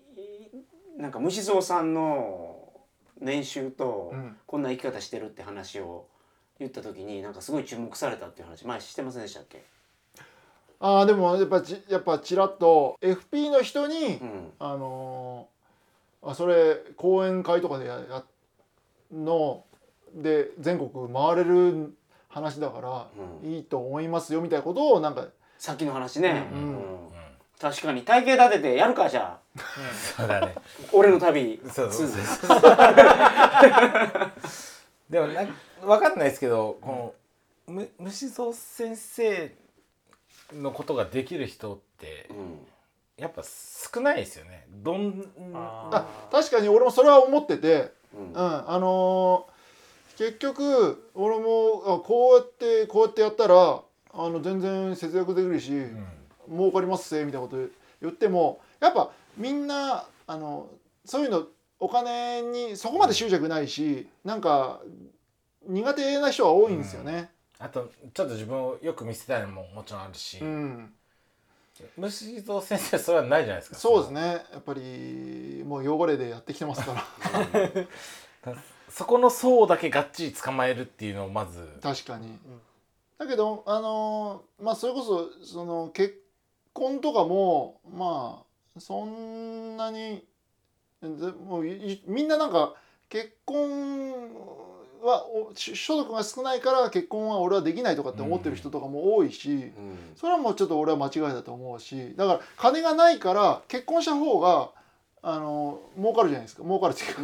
Speaker 1: なんか虫蔵さんの年収と
Speaker 4: うん
Speaker 1: こんな生き方してるって話を言った時になんかすごい注目されたっていう話前してませんでしたっけ、
Speaker 4: ああでもやっぱちやっぱちらっと FP の人に、
Speaker 1: うん
Speaker 4: あのーあそれ講演会とかでややので全国回れる話だから、
Speaker 1: う
Speaker 4: いいと思いますよみたいなことをなんか
Speaker 1: さっきの話ね、
Speaker 4: うん
Speaker 1: うん
Speaker 2: うん
Speaker 1: 確かに体型立ててやるかじゃあ
Speaker 2: そうだね
Speaker 1: 俺の旅
Speaker 2: そうそう
Speaker 1: ツー
Speaker 2: そう でもなんか分かんないですけどこのむ虫蔵先生のことができる人って
Speaker 1: うん
Speaker 2: やっぱ少ないですよねどん
Speaker 3: あ
Speaker 4: あ確かに俺もそれは思ってて、
Speaker 1: うん
Speaker 4: うん、あのー結局俺もあこうやってこうやってやったらあの全然節約できるし、儲かりますぜみたいなこと言ってもやっぱみんなあのそういうのお金にそこまで執着ないしなんか苦手な人は多いんですよね。
Speaker 2: あとちょっと自分をよく見せたいのももちろんあるし、
Speaker 4: うん、
Speaker 2: 虫蔵先生それはないじゃないですか
Speaker 4: そうですねやっぱりもう汚れでやってきてますから
Speaker 2: そこの層だけがっちり捕まえるっていうのをまず
Speaker 4: 確かに、だけどあのーまあそれこそその結婚とかもまあそんなにぜもういいみんななんか結婚はおし所得が少ないから結婚は俺はできないとかって思ってる人とかも多いし、
Speaker 1: うん
Speaker 4: それはもうちょっと俺は間違いだと思うしだから金がないから結婚した方があのー儲かるじゃないですか儲かるっ ていうか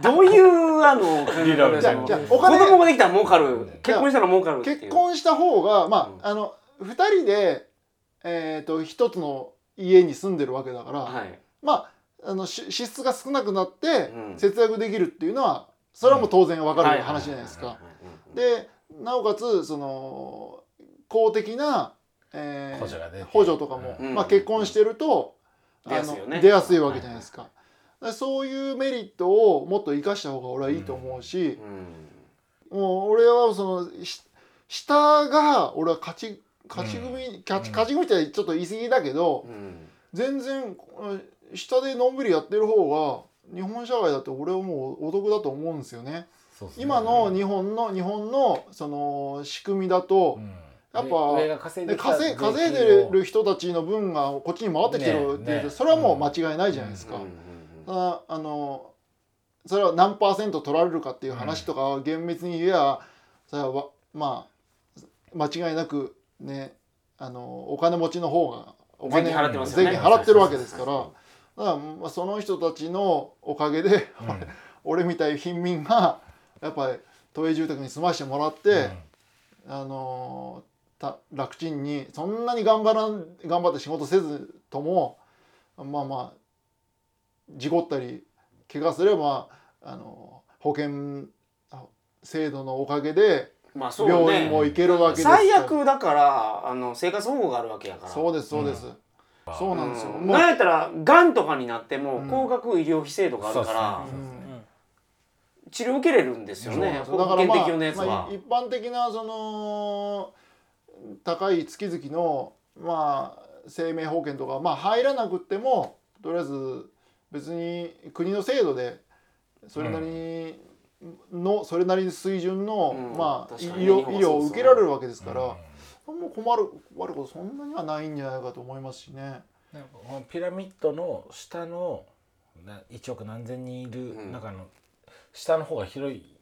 Speaker 1: どういうあの感じ
Speaker 2: リアル
Speaker 1: でそ
Speaker 2: な
Speaker 4: じゃあ
Speaker 1: の
Speaker 4: じゃあ
Speaker 1: 子
Speaker 4: お金
Speaker 1: 供ができたら儲かる結婚したら儲かるっていう
Speaker 4: 結婚した方がま
Speaker 1: うん
Speaker 4: ああの2人で、えー、と一つの家に住んでるわけだから、
Speaker 1: はい
Speaker 4: まああのし支出が少なくなって、
Speaker 1: うん
Speaker 4: 節約できるっていうのはそれはもう当然わか
Speaker 1: はい
Speaker 4: る話じゃないです
Speaker 1: は
Speaker 4: か。
Speaker 1: い
Speaker 4: でなおかつその公的な、えー
Speaker 2: 補助が出て
Speaker 4: 補助とかも、
Speaker 1: うん
Speaker 4: まあ、結婚してると、
Speaker 1: 出やすいよね
Speaker 4: あの出やすいわけじゃないですか。だからそういうメリットをもっと生かした方が俺はいいと思うし、もう俺はそのし下が俺は勝ち勝ち組、勝ち勝ち組ってちょっと言い過ぎだけど
Speaker 1: うん、うん
Speaker 4: 全然うん下でのんびりやってる方が日本社会だって俺はもうお得だと思うんですよね。
Speaker 2: そうですね
Speaker 4: 今の日本の日本のその仕組みだと、
Speaker 2: うん
Speaker 4: やっぱ
Speaker 2: 上が稼いで
Speaker 4: で
Speaker 2: きた
Speaker 4: 稼い稼い
Speaker 2: 税金
Speaker 4: で
Speaker 2: を
Speaker 4: る人たちの分がこっちに回ってきてるっていう
Speaker 2: ね
Speaker 4: と
Speaker 2: ね
Speaker 4: それはもう間違いないじゃないですか。
Speaker 1: うん
Speaker 4: ただあのそれは何パーセント取られるかっていう話とかは厳密に言えば、それはわまあ間違いなくねあのお金持ちの方がお金
Speaker 1: 税金払ってますよね
Speaker 4: 税金払ってるわけですから
Speaker 1: そうそう
Speaker 4: だからまあその人たちのおかげで、
Speaker 2: うん
Speaker 4: 俺みたい貧民がやっぱり都営住宅に住ましてもらって、あのた楽ちんにそんなに頑張らん頑張って仕事せずともまあまあ事故ったり怪我すればあの保険制度のおかげで
Speaker 1: まあそうね
Speaker 4: 病院も行けるわけですから
Speaker 1: 最悪だからあの生活保護があるわけやから
Speaker 4: そうですそうです、そうなんですよ、
Speaker 1: うん
Speaker 4: もう
Speaker 1: なんやったらがんとかになっても
Speaker 4: うん
Speaker 1: 高額医療費制度があるから
Speaker 2: そううですね
Speaker 4: ん
Speaker 1: 治療受けれるんですよ
Speaker 4: そう
Speaker 1: ね
Speaker 4: なんですよだ
Speaker 1: 保
Speaker 4: から
Speaker 1: 険
Speaker 4: ま
Speaker 1: 適
Speaker 4: あ、
Speaker 1: 用のやつ
Speaker 4: ま
Speaker 1: は
Speaker 4: あ、い一般的なその高い月々のまあ生命保険とかまあ入らなくってもとりあえず別に国の制度でそれなりにの、それなりの水準の、
Speaker 1: うん
Speaker 4: まあ医
Speaker 1: 確かに
Speaker 4: 療
Speaker 1: 日本はそうですね
Speaker 4: 医療を受けられるわけですから、
Speaker 2: うん
Speaker 4: もう困る困ることそんなにはないんじゃないかと思いますしね。
Speaker 2: なんかこのピラミッドの下のな1億何千人いる
Speaker 1: うん
Speaker 2: 中の下の方が広い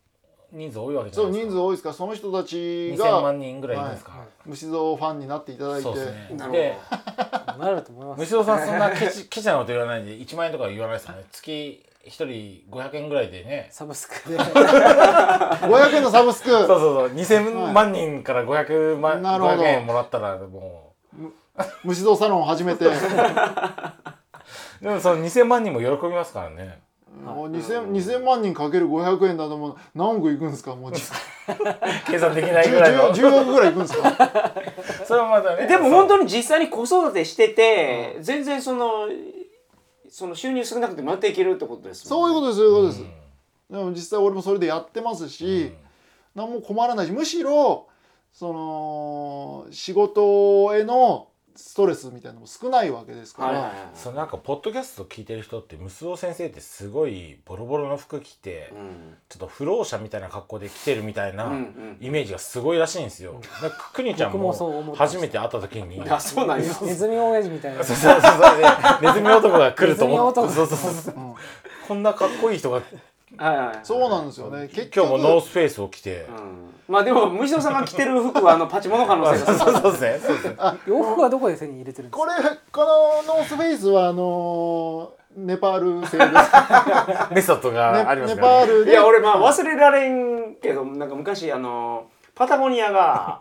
Speaker 2: 人数多いわけじゃ
Speaker 4: そ
Speaker 2: な
Speaker 4: う
Speaker 2: いです
Speaker 4: 人
Speaker 2: か
Speaker 4: 数多いですからその人たち
Speaker 2: 2000
Speaker 4: が
Speaker 2: 万人ぐらいいるんですか、
Speaker 3: は
Speaker 4: 虫蔵ファンになっていただいて
Speaker 2: そうですね
Speaker 1: な
Speaker 2: で
Speaker 1: るほ
Speaker 3: なると思います。
Speaker 2: 虫尾さんそんなケチケチなこと言わないんで1万円とか言わないですよね月1人500円ぐらいでね
Speaker 3: サブスクで。
Speaker 4: 500円のサブスク
Speaker 2: そうそうそう2000万人から500万、
Speaker 4: なるほど
Speaker 2: 500円もらったらも
Speaker 4: 虫蔵サロンを 始めて。
Speaker 2: うでもその2000万人も喜びますからね
Speaker 4: もう 2000, 2000万人かける500円だともう何億いくんですかもう 10,
Speaker 2: 計算できないぐらい
Speaker 4: 10
Speaker 2: の
Speaker 4: 10億ぐらいいくんですか
Speaker 2: それはまだね
Speaker 1: どでも本
Speaker 2: 当
Speaker 1: 当に実際に子育てしてて全然そのその収入少なくてもやっていけるってことです
Speaker 4: そうい
Speaker 1: こ
Speaker 4: うことですそういうことです、でも実際俺もそれでやってますし、何も困らないしむしろその仕事へのストレスみたいなのも少ないわけですから、
Speaker 1: はいはいはい
Speaker 2: そのなんかポッドキャスト聞いてる人って息子先生ってすごいボロボロの服着て、
Speaker 1: うん
Speaker 2: ちょっと不老者みたいな格好で来てるみたいな、
Speaker 1: うんうん
Speaker 2: イメージがすごいらしいんですよ。なんかくにちゃん
Speaker 3: 僕もそう思
Speaker 2: も
Speaker 3: ってまし
Speaker 2: 初
Speaker 3: た
Speaker 2: めて会った時に。
Speaker 1: あそうなんです
Speaker 3: ネズミ親父みたいな。
Speaker 2: そうそうそうそうでネズミ男が来ると思って
Speaker 3: ネズミ
Speaker 2: そうそうそう
Speaker 4: うん
Speaker 2: こんなかっこいい人が
Speaker 1: はいはいはい
Speaker 4: そうなんですよね
Speaker 2: 今
Speaker 4: 結
Speaker 2: 日
Speaker 4: 局
Speaker 2: もノースフェイスを着て、
Speaker 1: うんまあでも虫野さんが着てる服はあのパチモノ可能
Speaker 2: あ
Speaker 1: 性
Speaker 2: そう
Speaker 1: が
Speaker 2: そうそうですねそうですね
Speaker 3: 洋服はどこで手に入れてるんです
Speaker 4: こ
Speaker 3: か。
Speaker 4: れこのノースフェイスはあのーネパー ル製です
Speaker 2: メソッドがありま
Speaker 4: ね
Speaker 2: す
Speaker 4: ネ
Speaker 2: か
Speaker 4: パ
Speaker 2: ら、
Speaker 4: ール
Speaker 1: い
Speaker 4: で
Speaker 1: や俺まあ忘れられんけどなんか昔あのパタゴニアが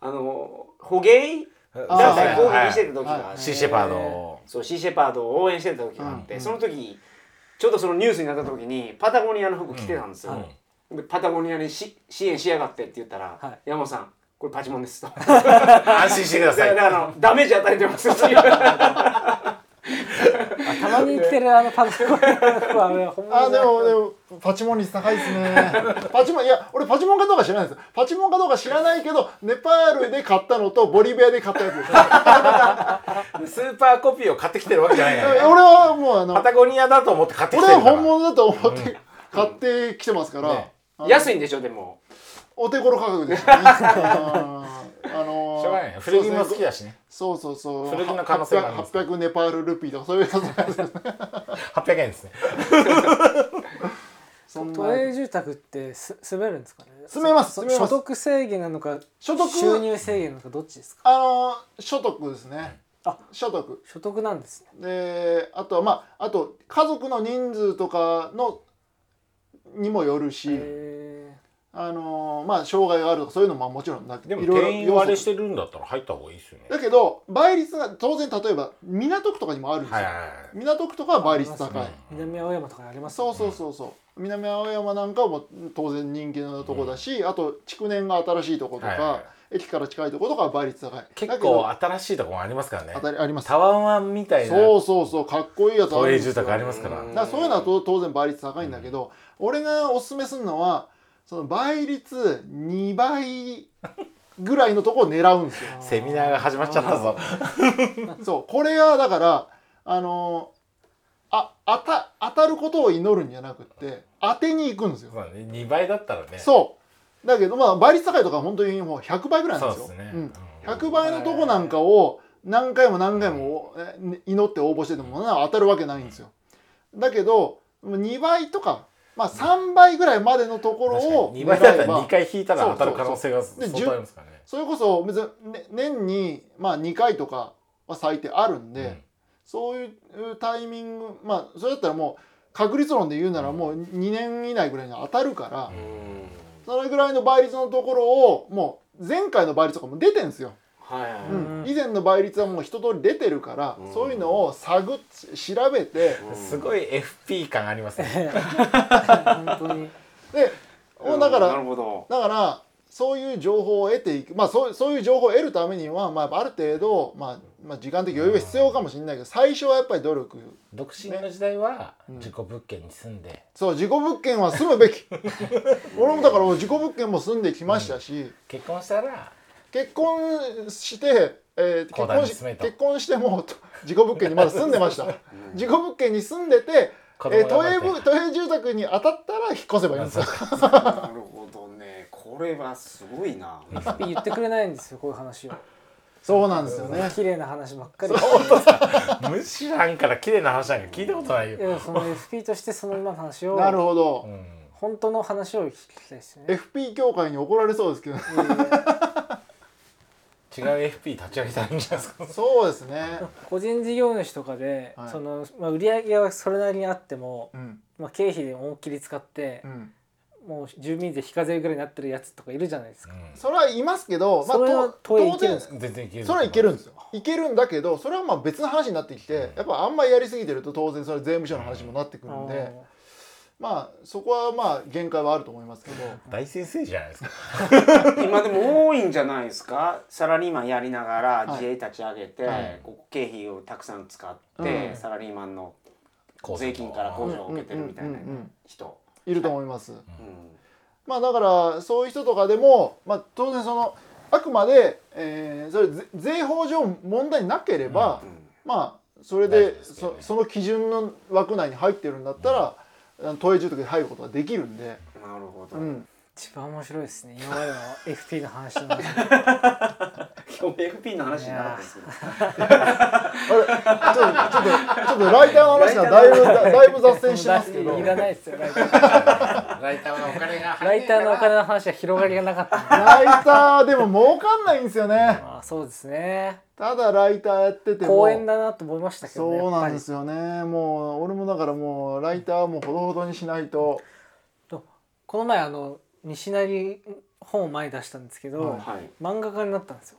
Speaker 1: あの捕鯨
Speaker 2: ね
Speaker 4: あ
Speaker 1: 団体
Speaker 4: はい
Speaker 1: 攻
Speaker 4: はい
Speaker 1: 撃してた時があ
Speaker 4: は
Speaker 1: っ
Speaker 4: い
Speaker 2: シー
Speaker 1: て
Speaker 2: シェパードを
Speaker 1: そうシーシェパードを応援してた時があって、
Speaker 4: うん
Speaker 1: その時ちょうどそのニュースになった時にパタゴニアの服着てたんですよ、
Speaker 2: うん
Speaker 1: でパタゴニアにし支援しやがってって言ったら、
Speaker 3: はい
Speaker 1: 山本さんこれパチモン ですとだ
Speaker 2: 安心してくださ
Speaker 1: か
Speaker 2: い。
Speaker 1: らあのダメージ与えてます っていう
Speaker 3: あたまに着てるあのパソコンはあれ本 物
Speaker 4: あ
Speaker 3: じ
Speaker 4: で
Speaker 3: ゃなく
Speaker 4: もでもパチモン率高いですね パチモンいや俺パチモンかどうか知らないですパチモンかどうか知らないけどネパールで買ったのとボリビアで買ったやつです
Speaker 2: スーパーコピーを買ってきてるわけじゃ ないから
Speaker 4: 俺
Speaker 2: ね。
Speaker 4: はもうあの
Speaker 2: パタゴニアだと思って買ってき
Speaker 4: 俺
Speaker 2: てる
Speaker 4: は
Speaker 2: から。
Speaker 4: 本物だと思って買ってきてますから、
Speaker 2: ね
Speaker 4: あの
Speaker 1: 安いんでしょでも
Speaker 4: お手頃価格ですよね あの
Speaker 2: しょうがないね。古着も好きだしね。
Speaker 4: そうそうそう
Speaker 2: 古着の可能性もあります
Speaker 4: 800 800ネパールルピーとかそういうやつなんですよ
Speaker 2: 800円ですね。
Speaker 4: そんな
Speaker 3: 都営住宅ってす住めるんですかね
Speaker 4: 住めます
Speaker 3: そ
Speaker 4: 住めます
Speaker 3: 所得制限なのか
Speaker 4: 所得
Speaker 3: 収入制限なのかどっちですか
Speaker 4: あの所得ですね
Speaker 3: あ
Speaker 4: 所得
Speaker 3: 所得なんですね
Speaker 4: であとはまああと家族の人数とかのにもよるし、
Speaker 3: へ
Speaker 4: あのまあ障害があるとかそういうのもまあもちろんだ
Speaker 2: でも
Speaker 4: いろいろ
Speaker 2: 店員
Speaker 4: 要素
Speaker 2: 割れしてるんだったら入った方がいいですよね。
Speaker 4: だけど倍率が当然例えば港区とかにもあるんですよ、
Speaker 2: はいはいはい。
Speaker 4: 港区とかは倍率
Speaker 3: あり
Speaker 4: 高い、
Speaker 2: ますね
Speaker 3: ー南青山とかにあります
Speaker 4: そうそうそうそう南青山なんかも当然人気のとこだし、あと築年が新しいとことか、
Speaker 2: はいはいはい
Speaker 4: 駅から近いとことかは倍率高い
Speaker 2: 結
Speaker 4: だけど
Speaker 2: 構新しいとこもありますからね
Speaker 4: 当。たりあります
Speaker 2: タワーワンみたいな
Speaker 4: そうそうそうかっこいいやつ
Speaker 2: 都
Speaker 4: るん
Speaker 2: 営
Speaker 4: で
Speaker 2: 住
Speaker 4: すよ
Speaker 2: 宅ありますから
Speaker 1: う。ん
Speaker 4: だからそういうのはと当然倍率高いんだけど、俺がおすすめするのはその倍率2倍ぐらいのとこを狙うんですよ
Speaker 2: セミナーが始まっちゃったぞ。
Speaker 4: そうこれがだからあのあ当た当たることを祈るんじゃなくって当てに行くんですよ
Speaker 2: まあね、2倍だったらね。
Speaker 4: そうだけどまあ倍率高いとか本当にもう100倍ぐらいなんです
Speaker 2: そう
Speaker 4: よ
Speaker 2: ですね。
Speaker 4: う
Speaker 2: うんん
Speaker 4: 100倍のとこなんかを何回も何回もえね祈って応募しててもな当たるわけないんですよだけど2倍とか、まあ、3倍ぐらいまでのところ
Speaker 2: 確か
Speaker 4: を
Speaker 2: に2倍だった
Speaker 4: 狙え
Speaker 2: ら
Speaker 4: ば
Speaker 2: 2回引いたら当たる可能性が
Speaker 4: うそう
Speaker 2: 相当ありますからね。
Speaker 4: それこそ別に、ね、年に、まあ、2回とかは最低あるんで、
Speaker 2: うん
Speaker 4: そういうタイミングまあそれだったらもう確率論で言うならもう2年以内ぐらいに当たるか
Speaker 1: う
Speaker 4: ら、
Speaker 1: ん
Speaker 4: それぐらいの倍率のところをもう前回の倍率とかも出てんですよ、
Speaker 1: はいはい、
Speaker 4: うん以前の倍率はもう一通り出てるから、
Speaker 1: うん
Speaker 4: そういうのを探っ調べて
Speaker 2: すごい FP 感ありますね。
Speaker 3: 本当に
Speaker 4: でもうだか
Speaker 1: なる
Speaker 4: ら
Speaker 1: ほど
Speaker 4: だからそういう情報を得ていくまあそうそういう情報を得るためには、まあ、ある程度、まあまあ、時間的余裕が必要かもしれないけど最初はやっぱり努力
Speaker 2: 独身の時代は
Speaker 4: うん
Speaker 2: 自己物件に住んで、
Speaker 4: そう事故物件は住 むべき俺もだから事故物件も住んできましたし、
Speaker 2: 結婚したら
Speaker 4: 結婚して、えー結
Speaker 2: 高台
Speaker 4: 婚
Speaker 2: に
Speaker 4: し
Speaker 2: 住めと
Speaker 4: 結婚してもう と事故物件にまだ住んでました事故物件に住んでて、え
Speaker 2: 子
Speaker 4: ー
Speaker 2: 供が
Speaker 4: 都
Speaker 2: 生
Speaker 4: 営
Speaker 2: まれ
Speaker 4: ぶ
Speaker 2: て
Speaker 4: 都営住宅に当たったら引っ越せばいいんですよ
Speaker 1: なるほどねこれはすごい な
Speaker 3: 言ってくれないんですよこういう話を
Speaker 4: そうなんですよね
Speaker 3: 綺麗な話ばっかり
Speaker 2: むしろなんから綺麗な話なんか聞いたことない
Speaker 3: いや
Speaker 2: よ。
Speaker 3: その FP としてその今の話を
Speaker 4: なるほ
Speaker 2: う
Speaker 4: ど、
Speaker 2: ん
Speaker 3: 本当の話を聞きたいですよね
Speaker 4: FP 協会に怒られそうですけど
Speaker 2: 違う FP 立ち上げたいんじゃないですか。
Speaker 4: そうですね、
Speaker 3: 個人事業主とかで、
Speaker 4: はい
Speaker 3: そのまあ、売り上げはそれなりにあっても、
Speaker 4: うん
Speaker 3: まあ、経費で思いっきり使って
Speaker 4: う、ん、
Speaker 3: もう住民税非課税ぐらいになってるやつとかいるじゃないですか、
Speaker 2: う
Speaker 4: それはいますけど、
Speaker 3: それは
Speaker 4: と
Speaker 3: 都営いけるんです
Speaker 2: ん全然いける。
Speaker 4: それはいけるんですよいけるんだけどそれはまあ別の話になってきてやっぱあんまりやりすぎてると当然それ税務署の話もなってくるんでまあそこはまあ限界はあると思いますけど
Speaker 2: 大先生じゃないですか。
Speaker 1: 今でも多いんじゃないですかサラリーマンやりながら
Speaker 4: はい
Speaker 1: 自営立ち上げて、
Speaker 4: はい
Speaker 1: こう経費をたくさん使って、
Speaker 4: うん
Speaker 1: サラリーマンの
Speaker 2: 構成
Speaker 1: 税金から控除を受けてるみたいな
Speaker 4: うんうんうんうん
Speaker 1: 人、
Speaker 4: いると思います。
Speaker 1: うん
Speaker 4: まあだからそういう人とかでも、まあ、当然そのあくまで、えーそれぜ税法上問題なければ、まあそれ
Speaker 2: 大
Speaker 4: で
Speaker 2: 丈夫ですけど
Speaker 4: そ
Speaker 2: ね
Speaker 4: その基準の枠内に入ってるんだったら、あの都営住宅に入ることができるんで、
Speaker 1: うんなるほど、
Speaker 4: うん、
Speaker 3: 一番面白いですね今までの FP の話 の中で
Speaker 1: 今日 FP の話じゃなかったですけど
Speaker 4: あれちょっとちょっとちょっとライターの話がだいぶだだいぶ雑線してますけど
Speaker 3: いらないですよライター
Speaker 2: ライターのお金が
Speaker 3: ラ
Speaker 2: 入っ
Speaker 3: イ
Speaker 2: て
Speaker 3: ターのお
Speaker 2: お金
Speaker 3: 金の話は広がりがなかったん で
Speaker 4: ライターでも儲かんないんですよね
Speaker 3: まあそうですね
Speaker 4: ただライターやってても
Speaker 3: 公園だなと思いましたけどね
Speaker 4: そうなんで
Speaker 3: やっ
Speaker 4: すよねもう俺もだからもうライターはもうほどほどにしないと
Speaker 3: ぱりこの前あの西成本を前に出したんですけど、
Speaker 4: は
Speaker 1: は
Speaker 4: い
Speaker 1: い
Speaker 3: 漫画家になったんですよ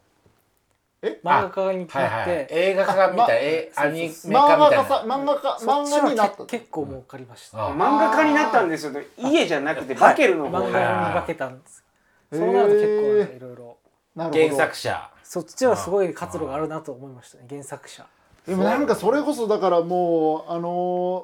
Speaker 3: 漫画家に
Speaker 2: はい
Speaker 3: なっ
Speaker 2: はい
Speaker 3: て、
Speaker 2: 映画化が見た
Speaker 4: ま
Speaker 2: えアニメ化み
Speaker 4: 漫画
Speaker 2: た
Speaker 4: 家
Speaker 2: い
Speaker 4: さ
Speaker 2: な
Speaker 4: 漫画家
Speaker 3: そっ
Speaker 4: 漫
Speaker 3: ち
Speaker 4: 画にな
Speaker 3: は
Speaker 4: った
Speaker 3: け結構儲かりました。
Speaker 2: あ
Speaker 1: 漫画家になったんですよ家じゃなくてバケルの方
Speaker 3: 漫画に
Speaker 1: が
Speaker 3: 化けたんです。そうなると結構なんかいろいろ。
Speaker 4: なるほど
Speaker 2: 原作者
Speaker 3: そっちはすごい活路があるなと思いましたね。原作者。
Speaker 4: でもなんかそれこそだからもうあのー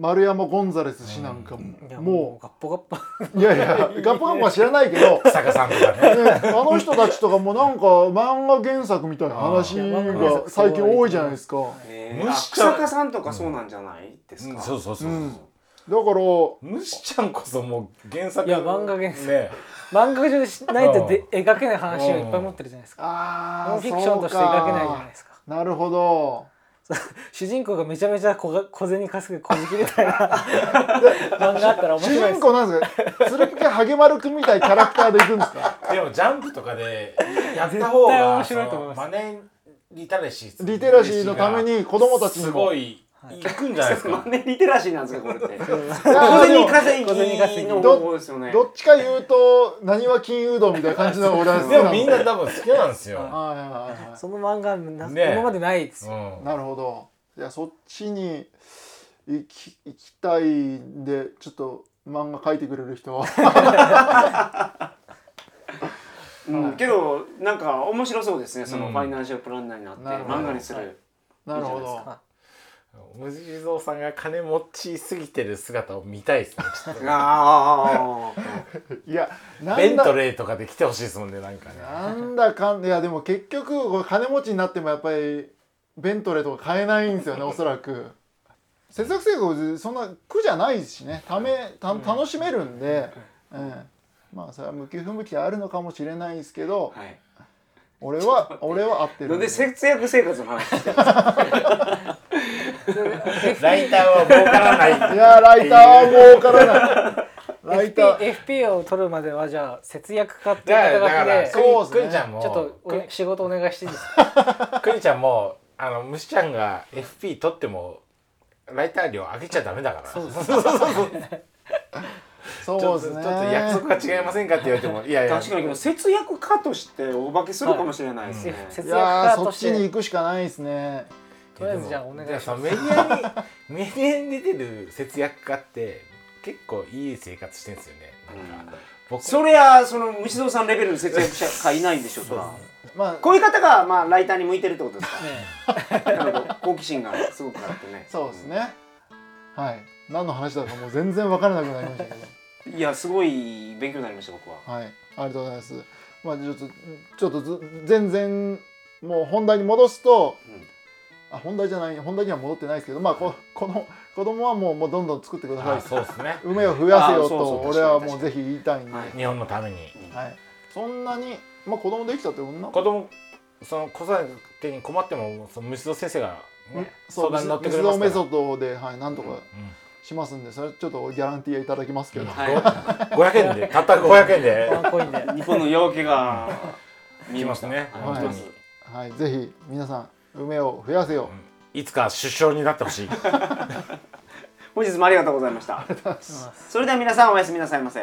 Speaker 4: 丸山ゴンザレス氏なんかも、
Speaker 3: いやも
Speaker 4: も
Speaker 3: うガッポガッポ。
Speaker 4: ういやいやガッパガッパは知らないけ ど
Speaker 2: 坂さんとかね
Speaker 4: ねあの人たちとかもなんか漫画原作みたいな話
Speaker 3: あーいや漫画原
Speaker 4: が
Speaker 3: 作
Speaker 4: 最近多いじゃないですかだか
Speaker 1: ね
Speaker 2: む
Speaker 1: あ
Speaker 2: しろ
Speaker 1: 草加さんとかそうなんじゃないです
Speaker 2: うん
Speaker 1: か
Speaker 2: そうそうそうそう、
Speaker 4: うんら
Speaker 2: むしちゃんこそもう原作
Speaker 3: いや漫画原作
Speaker 2: ね
Speaker 3: 漫画上でしないとで描けない話をいっぱい持ってるじゃないですか。
Speaker 4: あー
Speaker 3: ノンフィクションとして描けないじゃないですか。
Speaker 4: そうかなるほど
Speaker 3: 主人公がめちゃめちゃ小が小銭稼ぐ小じきみ たいな漫画あったら
Speaker 4: 主
Speaker 3: 面白いで
Speaker 4: 人
Speaker 3: すよ。
Speaker 4: 公なんですか鶴ピケハゲマルくんみたいなキャラクターでいくんですか
Speaker 2: でもジャンプとかでやった方
Speaker 3: 絶対
Speaker 2: が
Speaker 3: 面白いと思います
Speaker 2: そのマネリテラシー
Speaker 4: リテラシーのために子供たちに
Speaker 2: す
Speaker 4: も
Speaker 2: ごい行くんじゃないですか
Speaker 1: マネリテラシーなんですかこれって
Speaker 4: いや
Speaker 1: 小
Speaker 4: ーで
Speaker 1: 銭
Speaker 4: も
Speaker 1: 稼ぎ
Speaker 3: 小銭稼ぎ
Speaker 1: の方法ですよね
Speaker 4: どっちか言うとなにわ金融道みたいな感じの方が俺は好き
Speaker 2: で
Speaker 4: な
Speaker 2: も
Speaker 4: の
Speaker 2: みんな多分好きなんですよ、
Speaker 4: はいはいはいはい
Speaker 3: その漫画な、
Speaker 2: ね
Speaker 3: 今までないです
Speaker 2: う
Speaker 3: よ。
Speaker 2: ん、
Speaker 4: なるほど。いやそっちに行き行きたいんでちょっと漫画描いてくれる人は
Speaker 1: うんけどなんか面白そうですねその
Speaker 2: うん
Speaker 1: ファイナンシャルプランナーになって
Speaker 4: なるほど
Speaker 1: 漫画にする
Speaker 4: なるほ
Speaker 1: いいじゃないです
Speaker 4: ど。
Speaker 3: か
Speaker 2: 無地蔵さんが金持ちすぎてる姿を見たいで すねちょっと
Speaker 1: あ
Speaker 4: いやな
Speaker 2: ベ
Speaker 4: ん
Speaker 2: ント
Speaker 4: だ
Speaker 2: レーとかで来てほしいですもんねなんかね
Speaker 4: なんだかん いやでも結局これ金持ちになってもやっぱりベントレーとか買えないんですよねおそらく。節約生活そんな苦じゃないしねためた楽しめるんで、うん、まあそれは向き不向きあるのかもしれないですけど
Speaker 1: あはい
Speaker 4: 俺は俺は合ってる
Speaker 1: なんで節約生活の話してる
Speaker 2: ライターは儲からない
Speaker 4: いやライターは儲から ない。ライタ
Speaker 3: FP,
Speaker 4: ー。
Speaker 3: FP を取るまではじゃあ節約家って
Speaker 2: じ
Speaker 3: いう
Speaker 2: ゃあだか
Speaker 3: 肩書き
Speaker 2: ら
Speaker 3: で
Speaker 4: そう
Speaker 2: くんくんちゃんも
Speaker 3: ちょっとお仕事お願いしていいですか
Speaker 2: くんちゃんもあの虫ちゃんが FP 取ってもライター料上げちゃダメだからそうそう そうそう
Speaker 4: そうですね。
Speaker 2: ちょっと約束が違いませんかって言われてもいやいや
Speaker 1: 確かにでも節約家としてお化けするかもしれないですね、
Speaker 3: はい
Speaker 4: い
Speaker 3: 節
Speaker 4: やー
Speaker 3: 約家
Speaker 4: そ
Speaker 3: と
Speaker 4: っ
Speaker 3: し
Speaker 4: ち
Speaker 3: て
Speaker 4: に行くしかないですね。
Speaker 3: とりあえずじゃあお願いします
Speaker 2: でもでもさメディアにメディアに出てる節約家って結構いい生活してんですよねなんか僕
Speaker 1: そりゃその虫蔵さんレベルの節約者かいないんでしょそら
Speaker 4: まあ
Speaker 1: こういう方がまあライターに向いてるってことです
Speaker 3: ね
Speaker 1: かなるほど 好奇心がすごくあってね
Speaker 4: そうですね。はい。何の話だかもう全然分からなくなりましたけど。
Speaker 1: いやすごい勉強になりました僕は
Speaker 4: はい。ありがとうございます。まあちょっとちょっとず全然もう本題に戻すと。あ本題じゃない本題には戻ってないですけどまあここの子供はもうもうどんどん作ってくださ
Speaker 2: あ
Speaker 4: い
Speaker 2: そうですね
Speaker 4: 梅を増やせ
Speaker 1: あ
Speaker 4: よ
Speaker 1: そうそう
Speaker 4: と
Speaker 1: 確かに
Speaker 4: 俺はもうぜひ言いたいんで、は
Speaker 1: はいい
Speaker 2: 日本のために
Speaker 4: そんなに、まあ、子供できたって女の子
Speaker 2: 子供その子育てに困ってもその虫の先生が、ね、
Speaker 4: そ
Speaker 2: 相
Speaker 4: う
Speaker 2: 談に乗ってく
Speaker 4: 水
Speaker 2: れま
Speaker 4: 道
Speaker 2: すか
Speaker 4: メ
Speaker 2: ら
Speaker 4: ソッドで、はい、なんとか
Speaker 2: うん
Speaker 4: しますんで、それちょっとギャランティーいただきますけど、
Speaker 1: はい、
Speaker 2: 500円でたった500円で
Speaker 3: ワンコインで
Speaker 1: 日本の夜明けが見えました
Speaker 2: 来ますね
Speaker 1: はい
Speaker 4: 本当
Speaker 2: に
Speaker 4: はい、ぜひ皆さん梅を増やせよ、
Speaker 2: いつか首相になってほしい
Speaker 1: 本日もありがとうございましたそれでは皆さんおやすみなさいませ